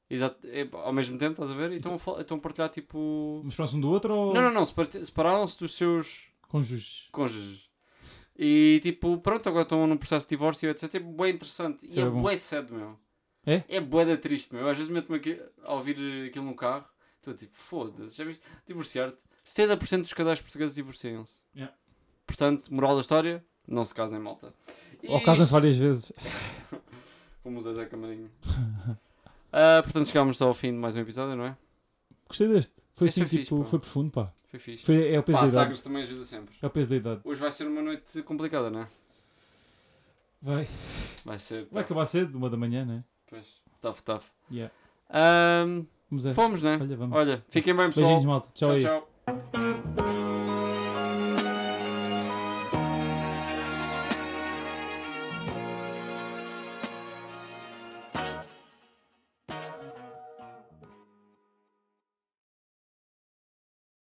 Speaker 1: exato, é, ao mesmo tempo, estás a ver? E estão a fal- estão a partilhar tipo.
Speaker 2: Mas próximo do outro ou
Speaker 1: Não, não, não, separ- separaram-se dos seus
Speaker 2: cônjuges?
Speaker 1: cônjuges. E tipo, pronto, agora estão num processo de divórcio, etc. É bem interessante.
Speaker 2: Isso
Speaker 1: e
Speaker 2: é
Speaker 1: é
Speaker 2: bom.
Speaker 1: bué sad, meu.
Speaker 2: É?
Speaker 1: É bué da triste, meu. Às vezes meto-me aqui a ouvir aquilo no carro, estou tipo, foda-se, já viste? Divorciar-te. 70% dos casais portugueses divorciam-se.
Speaker 2: Yeah.
Speaker 1: Portanto, moral da história, não se casem, malta. E
Speaker 2: Ou casam-se
Speaker 1: isto-
Speaker 2: várias vezes.
Speaker 1: Como o Zé da Camarinha. Ah, portanto, chegámos ao fim de mais um episódio, não é?
Speaker 2: Gostei deste. Foi
Speaker 1: Este
Speaker 2: assim,
Speaker 1: foi é fixe,
Speaker 2: tipo,
Speaker 1: pá.
Speaker 2: foi profundo, pá.
Speaker 1: Foi fixe.
Speaker 2: Foi, é o peso
Speaker 1: Pá,
Speaker 2: da idade.
Speaker 1: Sagres também ajuda sempre.
Speaker 2: É o peso da idade.
Speaker 1: Hoje vai ser uma noite complicada, não é?
Speaker 2: Vai,
Speaker 1: Vai ser. tá.
Speaker 2: vai acabar cedo, uma da manhã, né?
Speaker 1: Pois, tough, tough.
Speaker 2: Yeah.
Speaker 1: Ahm,
Speaker 2: Vamos é.
Speaker 1: fomos, né?
Speaker 2: Olha, vamos.
Speaker 1: Olha, fiquem bem, pessoal.
Speaker 2: Beijinhos, malta. Tchau, aí.
Speaker 1: tchau. tchau.